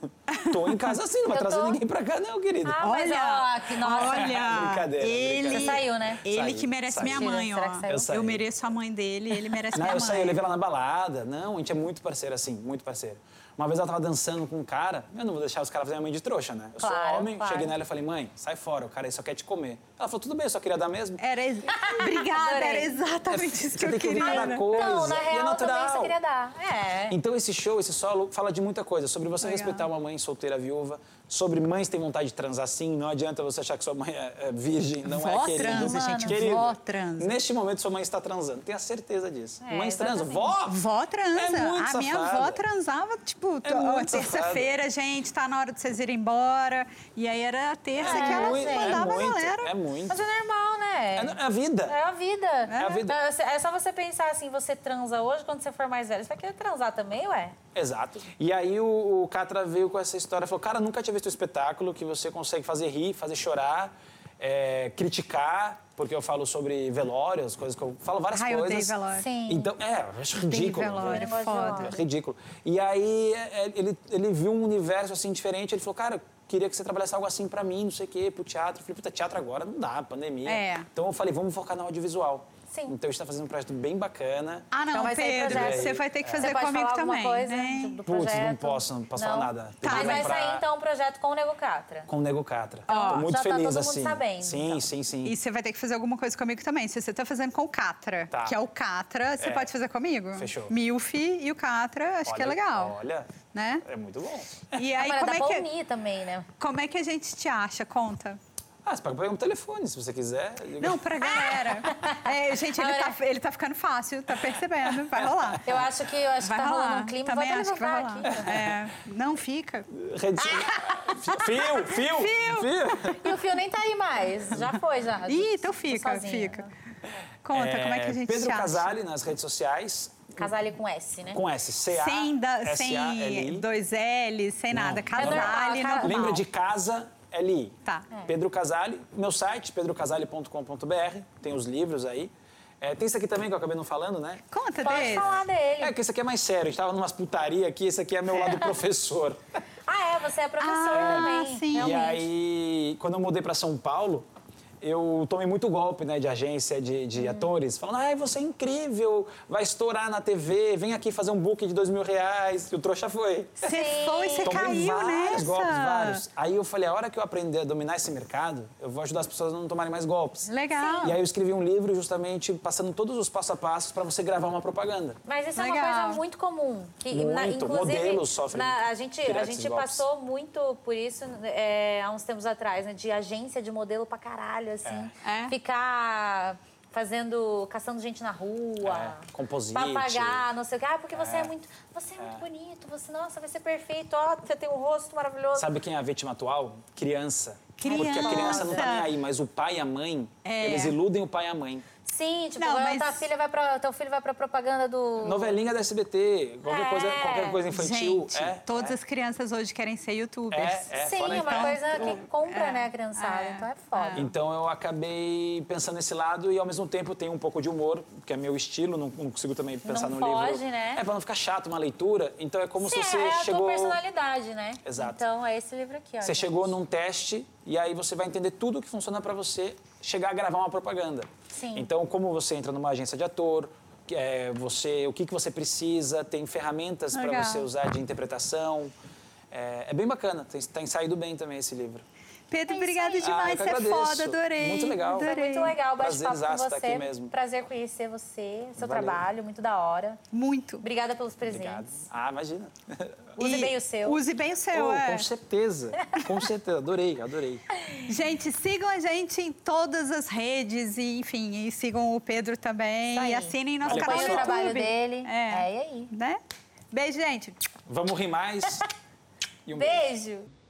S2: tô em casa sim, não vai
S3: Eu
S2: trazer
S3: tô.
S2: ninguém pra cá, não, querida.
S3: Ah, mas ó, que nossa.
S1: olha,
S2: Brincadeira,
S1: ele,
S2: brincadeira.
S3: Você saiu, né?
S1: ele
S2: Saí,
S1: que merece
S2: saí.
S1: minha mãe, ó.
S3: Será que saiu?
S2: Eu saí.
S1: mereço a mãe dele, ele merece
S2: Não,
S1: minha
S2: eu
S1: mãe.
S2: saí, eu levei ela na balada. Não, a gente é muito parceiro assim, muito parceiro. Uma vez ela tava dançando com um cara, eu não vou deixar os caras fazerem a mãe de trouxa, né? Eu
S3: Claro,
S2: sou homem,
S3: claro.
S2: cheguei nela e falei, mãe, sai fora, o cara aí só quer te comer. Ela falou, tudo bem, eu só queria dar mesmo.
S1: Era ex- Obrigada,
S3: Adorei.
S1: era exatamente isso que
S2: Você
S1: eu
S2: tem que ouvir
S1: queria.
S2: cada
S1: né?
S2: coisa.
S3: Não, Então, na
S2: e é
S3: real, também você
S2: natural.
S3: queria dar. É.
S2: Então esse show, esse solo, fala de muita coisa. Sobre você
S1: Legal.
S2: respeitar uma mãe solteira viúva, sobre mães que têm vontade de transar sim, não adianta você achar que sua mãe é, é virgem, não é
S1: Vó
S2: querida.
S1: transa, gente, vó transa.
S2: Neste momento sua mãe está transando, tenha certeza disso.
S3: É,
S2: Mães transam,
S3: exatamente.
S2: vó!
S1: Vó transa.
S2: É muito
S1: a minha
S2: safada.
S1: avó transava, tipo, to- ó,
S2: muito
S1: terça-feira, gente, tá na hora de vocês irem embora. E aí era a terça
S3: É,
S1: que ela
S2: muito,
S1: mandava
S2: é muito,
S1: a galera.
S2: É muito.
S3: Mas é normal, né?
S2: É, é a vida.
S3: É a vida. É
S2: a vida.
S3: É só você pensar assim, você transa hoje, quando você for mais velho, você vai querer transar também, ué?
S2: Exato. E aí o, o Catra veio com essa história, falou, cara, nunca tinha visto um espetáculo que você consegue fazer rir, fazer chorar, é, criticar, porque eu falo sobre velório, as coisas que eu falo várias
S1: Ai, Ah, eu
S2: coisas.
S1: odeio velório.
S3: Sim.
S2: Então, é, eu acho
S1: Odeio
S2: ridículo.
S1: velório,
S3: gosto de
S1: foda.
S2: É ridículo. E aí é, é, ele, ele viu um universo assim diferente, ele falou, cara, eu queria que você trabalhasse algo assim pra mim, não sei o quê, pro teatro. Eu falei, puta, teatro agora não dá, pandemia.
S1: É.
S2: Então eu falei, vamos focar no audiovisual.
S3: Sim.
S2: Então a gente tá fazendo um projeto bem bacana.
S1: Ah, não,
S3: Então vai sair
S1: Pedro,
S3: projeto. É.
S1: você vai ter que fazer
S3: você pode
S1: comigo
S3: falar alguma
S1: também.
S3: coisa
S1: né?
S3: do
S2: Putz, não
S3: projeto?
S2: posso, não posso falar nada. Tem
S1: que
S3: Mas vai
S2: comprar-
S3: sair então um projeto com o Nego Catra.
S2: com o Nego Catra.
S3: Ó,
S2: Tô muito
S3: já tá
S2: feliz
S3: todo mundo
S2: assim.
S3: sabendo,
S2: sim,
S3: então.
S2: sim, sim,
S1: E você vai ter que fazer alguma coisa comigo também. Se você tá fazendo com o Catra,
S2: Tá.
S1: que é o Catra, você
S2: É.
S1: pode fazer comigo?
S2: Fechou.
S1: Milf e o Catra, acho que é
S2: Olha-
S1: legal.
S2: Olha,
S1: Né?
S2: é muito bom.
S1: E aí,
S3: Agora
S1: como
S3: dá
S1: é,
S3: pra
S1: que,
S3: unir também, né?
S1: como é que a gente te acha? Conta.
S2: Ah, você pode pegar um telefone se você quiser.
S1: Não, pra galera. É, gente, ele
S3: Olha.
S1: tá, ele tá ficando fácil, tá percebendo. Vai rolar.
S3: Eu acho que, eu acho que
S1: Vai
S3: tá
S1: rolar.
S3: rolando um clima.
S1: Também
S3: vou até
S1: acho que vai
S3: levantar
S1: rolar.
S3: aqui. né?
S1: É, não fica.
S2: Rede... fio, fio, fio.
S3: E o fio nem tá aí mais. Já foi, já.
S1: Ih, então
S3: Tô
S1: fica,
S3: sozinha. né?
S1: fica. Conta, como é que a gente
S2: Pedro
S1: te acha?
S2: Casale nas redes sociais,
S3: Casale com S, né?
S2: com S, C-A,
S1: Sem, da,
S2: S-A-L-I.
S1: sem dois L, sem
S2: Não,
S1: nada.
S2: não.
S1: Casale,
S3: Lembra
S1: normal.
S2: Lembra de casa, L-I.
S1: Tá.
S3: É.
S2: Pedro Casale, meu site, pedrocasale.com.br, tem os livros aí. É, tem isso aqui também que eu acabei não falando, né?
S1: Conta
S3: Pode
S1: desse.
S3: falar dele.
S2: É, que esse aqui é mais sério. A gente tava numas putaria aqui, esse aqui é meu lado professor.
S3: Ah, é, você é professor
S1: Ah,
S3: também.
S1: sim.
S2: E
S3: Realmente.
S2: aí, quando eu mudei pra São Paulo, eu tomei muito golpe, né, de agência, de,
S1: Uhum.
S2: de atores, falando, ai, você é incrível, vai estourar na TV, vem aqui fazer um book de dois mil reais. E o trouxa foi.
S1: Você foi, você
S2: Tomei
S1: caiu
S2: vários
S1: nessa.
S2: golpes, vários. Aí eu falei, a hora que eu aprender a dominar esse mercado, eu vou ajudar as pessoas a não tomarem mais golpes.
S1: Legal.
S2: E aí eu escrevi um livro justamente passando todos os passo a passos pra você gravar uma propaganda.
S3: Mas isso é
S1: Legal.
S3: uma coisa muito comum. Que, na-
S2: Muito.
S3: inclusive,
S2: Modelos sofrem
S3: na- a gente,
S2: direto
S3: a
S2: esses
S3: gente
S2: golpes.
S3: passou muito por isso é, há uns tempos atrás, né? De agência de modelo pra caralho, assim.
S1: É. É.
S3: Ficar fazendo. caçando gente na rua.
S2: É, composite.
S3: Papagaio, não sei o quê. Ah, porque você é, muito. Você é, muito bonito, você, nossa, vai ser perfeito, ó, você tem um rosto maravilhoso.
S2: Sabe quem é a vítima atual? Criança. Porque a
S1: Criança.
S2: criança não tá nem aí, mas o pai e a mãe,
S1: É.
S2: eles iludem o pai e a mãe.
S3: Sim, tipo,
S1: Não,
S3: agora
S1: mas-
S3: tua filha vai pra, teu filho vai pra propaganda do.
S2: Novelinha da SBT, qualquer,
S3: É.
S2: coisa, qualquer coisa infantil.
S1: Gente,
S2: é,
S1: todas
S2: é.
S1: as crianças hoje querem ser youtubers.
S2: É,
S3: Sim,
S2: fora
S3: é uma
S2: então.
S3: coisa que compra, né, a criançada.
S1: É.
S3: Então é foda.
S2: Então eu acabei pensando nesse lado e ao mesmo tempo tenho um pouco de humor, que é meu estilo, não, não consigo também pensar
S3: Não
S2: num livro.
S3: foge, né?
S2: É pra não ficar chato uma leitura, então é como se
S3: Sim,
S2: você
S3: é a
S2: chegou
S3: tua personalidade, né?
S2: Exato.
S3: Então é esse livro aqui, ó.
S2: Você
S3: gente.
S2: chegou num teste e aí você vai entender tudo que funciona pra você chegar a gravar uma propaganda.
S3: Sim.
S2: Então, como você entra numa agência de ator, que é, você, o que, que você precisa, tem ferramentas para
S1: Legal.
S2: você usar de interpretação. É, é bem bacana, tem, tem saído bem também esse livro.
S1: Pedro,
S3: É isso
S1: obrigado
S3: aí.
S1: demais,
S2: Ah, eu
S1: você
S2: que
S1: é
S2: agradeço.
S1: foda, adorei.
S2: Muito legal. Foi
S1: adorei.
S3: Muito legal o bate-papo com
S2: Prazerzaço
S3: você.
S2: tá aqui mesmo.
S3: Prazer conhecer você, seu
S2: Valeu.
S3: trabalho, muito da hora.
S1: Muito.
S3: Obrigada pelos
S2: Obrigado.
S3: presentes.
S2: Ah, imagina.
S3: Use
S1: E
S3: bem o seu.
S1: Use bem o seu,
S2: Oh,
S1: é.
S2: com certeza, com certeza. Adorei, adorei.
S1: Gente, sigam a gente em todas as redes e, enfim, e sigam o Pedro também.
S3: Isso Tá aí.
S1: E assinem nosso
S2: Valeu,
S1: canal no
S2: pessoal.
S1: YouTube.
S3: Acompanhe o trabalho dele.
S1: É.
S3: É, e aí?
S1: Né? Beijo, gente.
S2: Vamos rir mais. E um
S3: Beijo.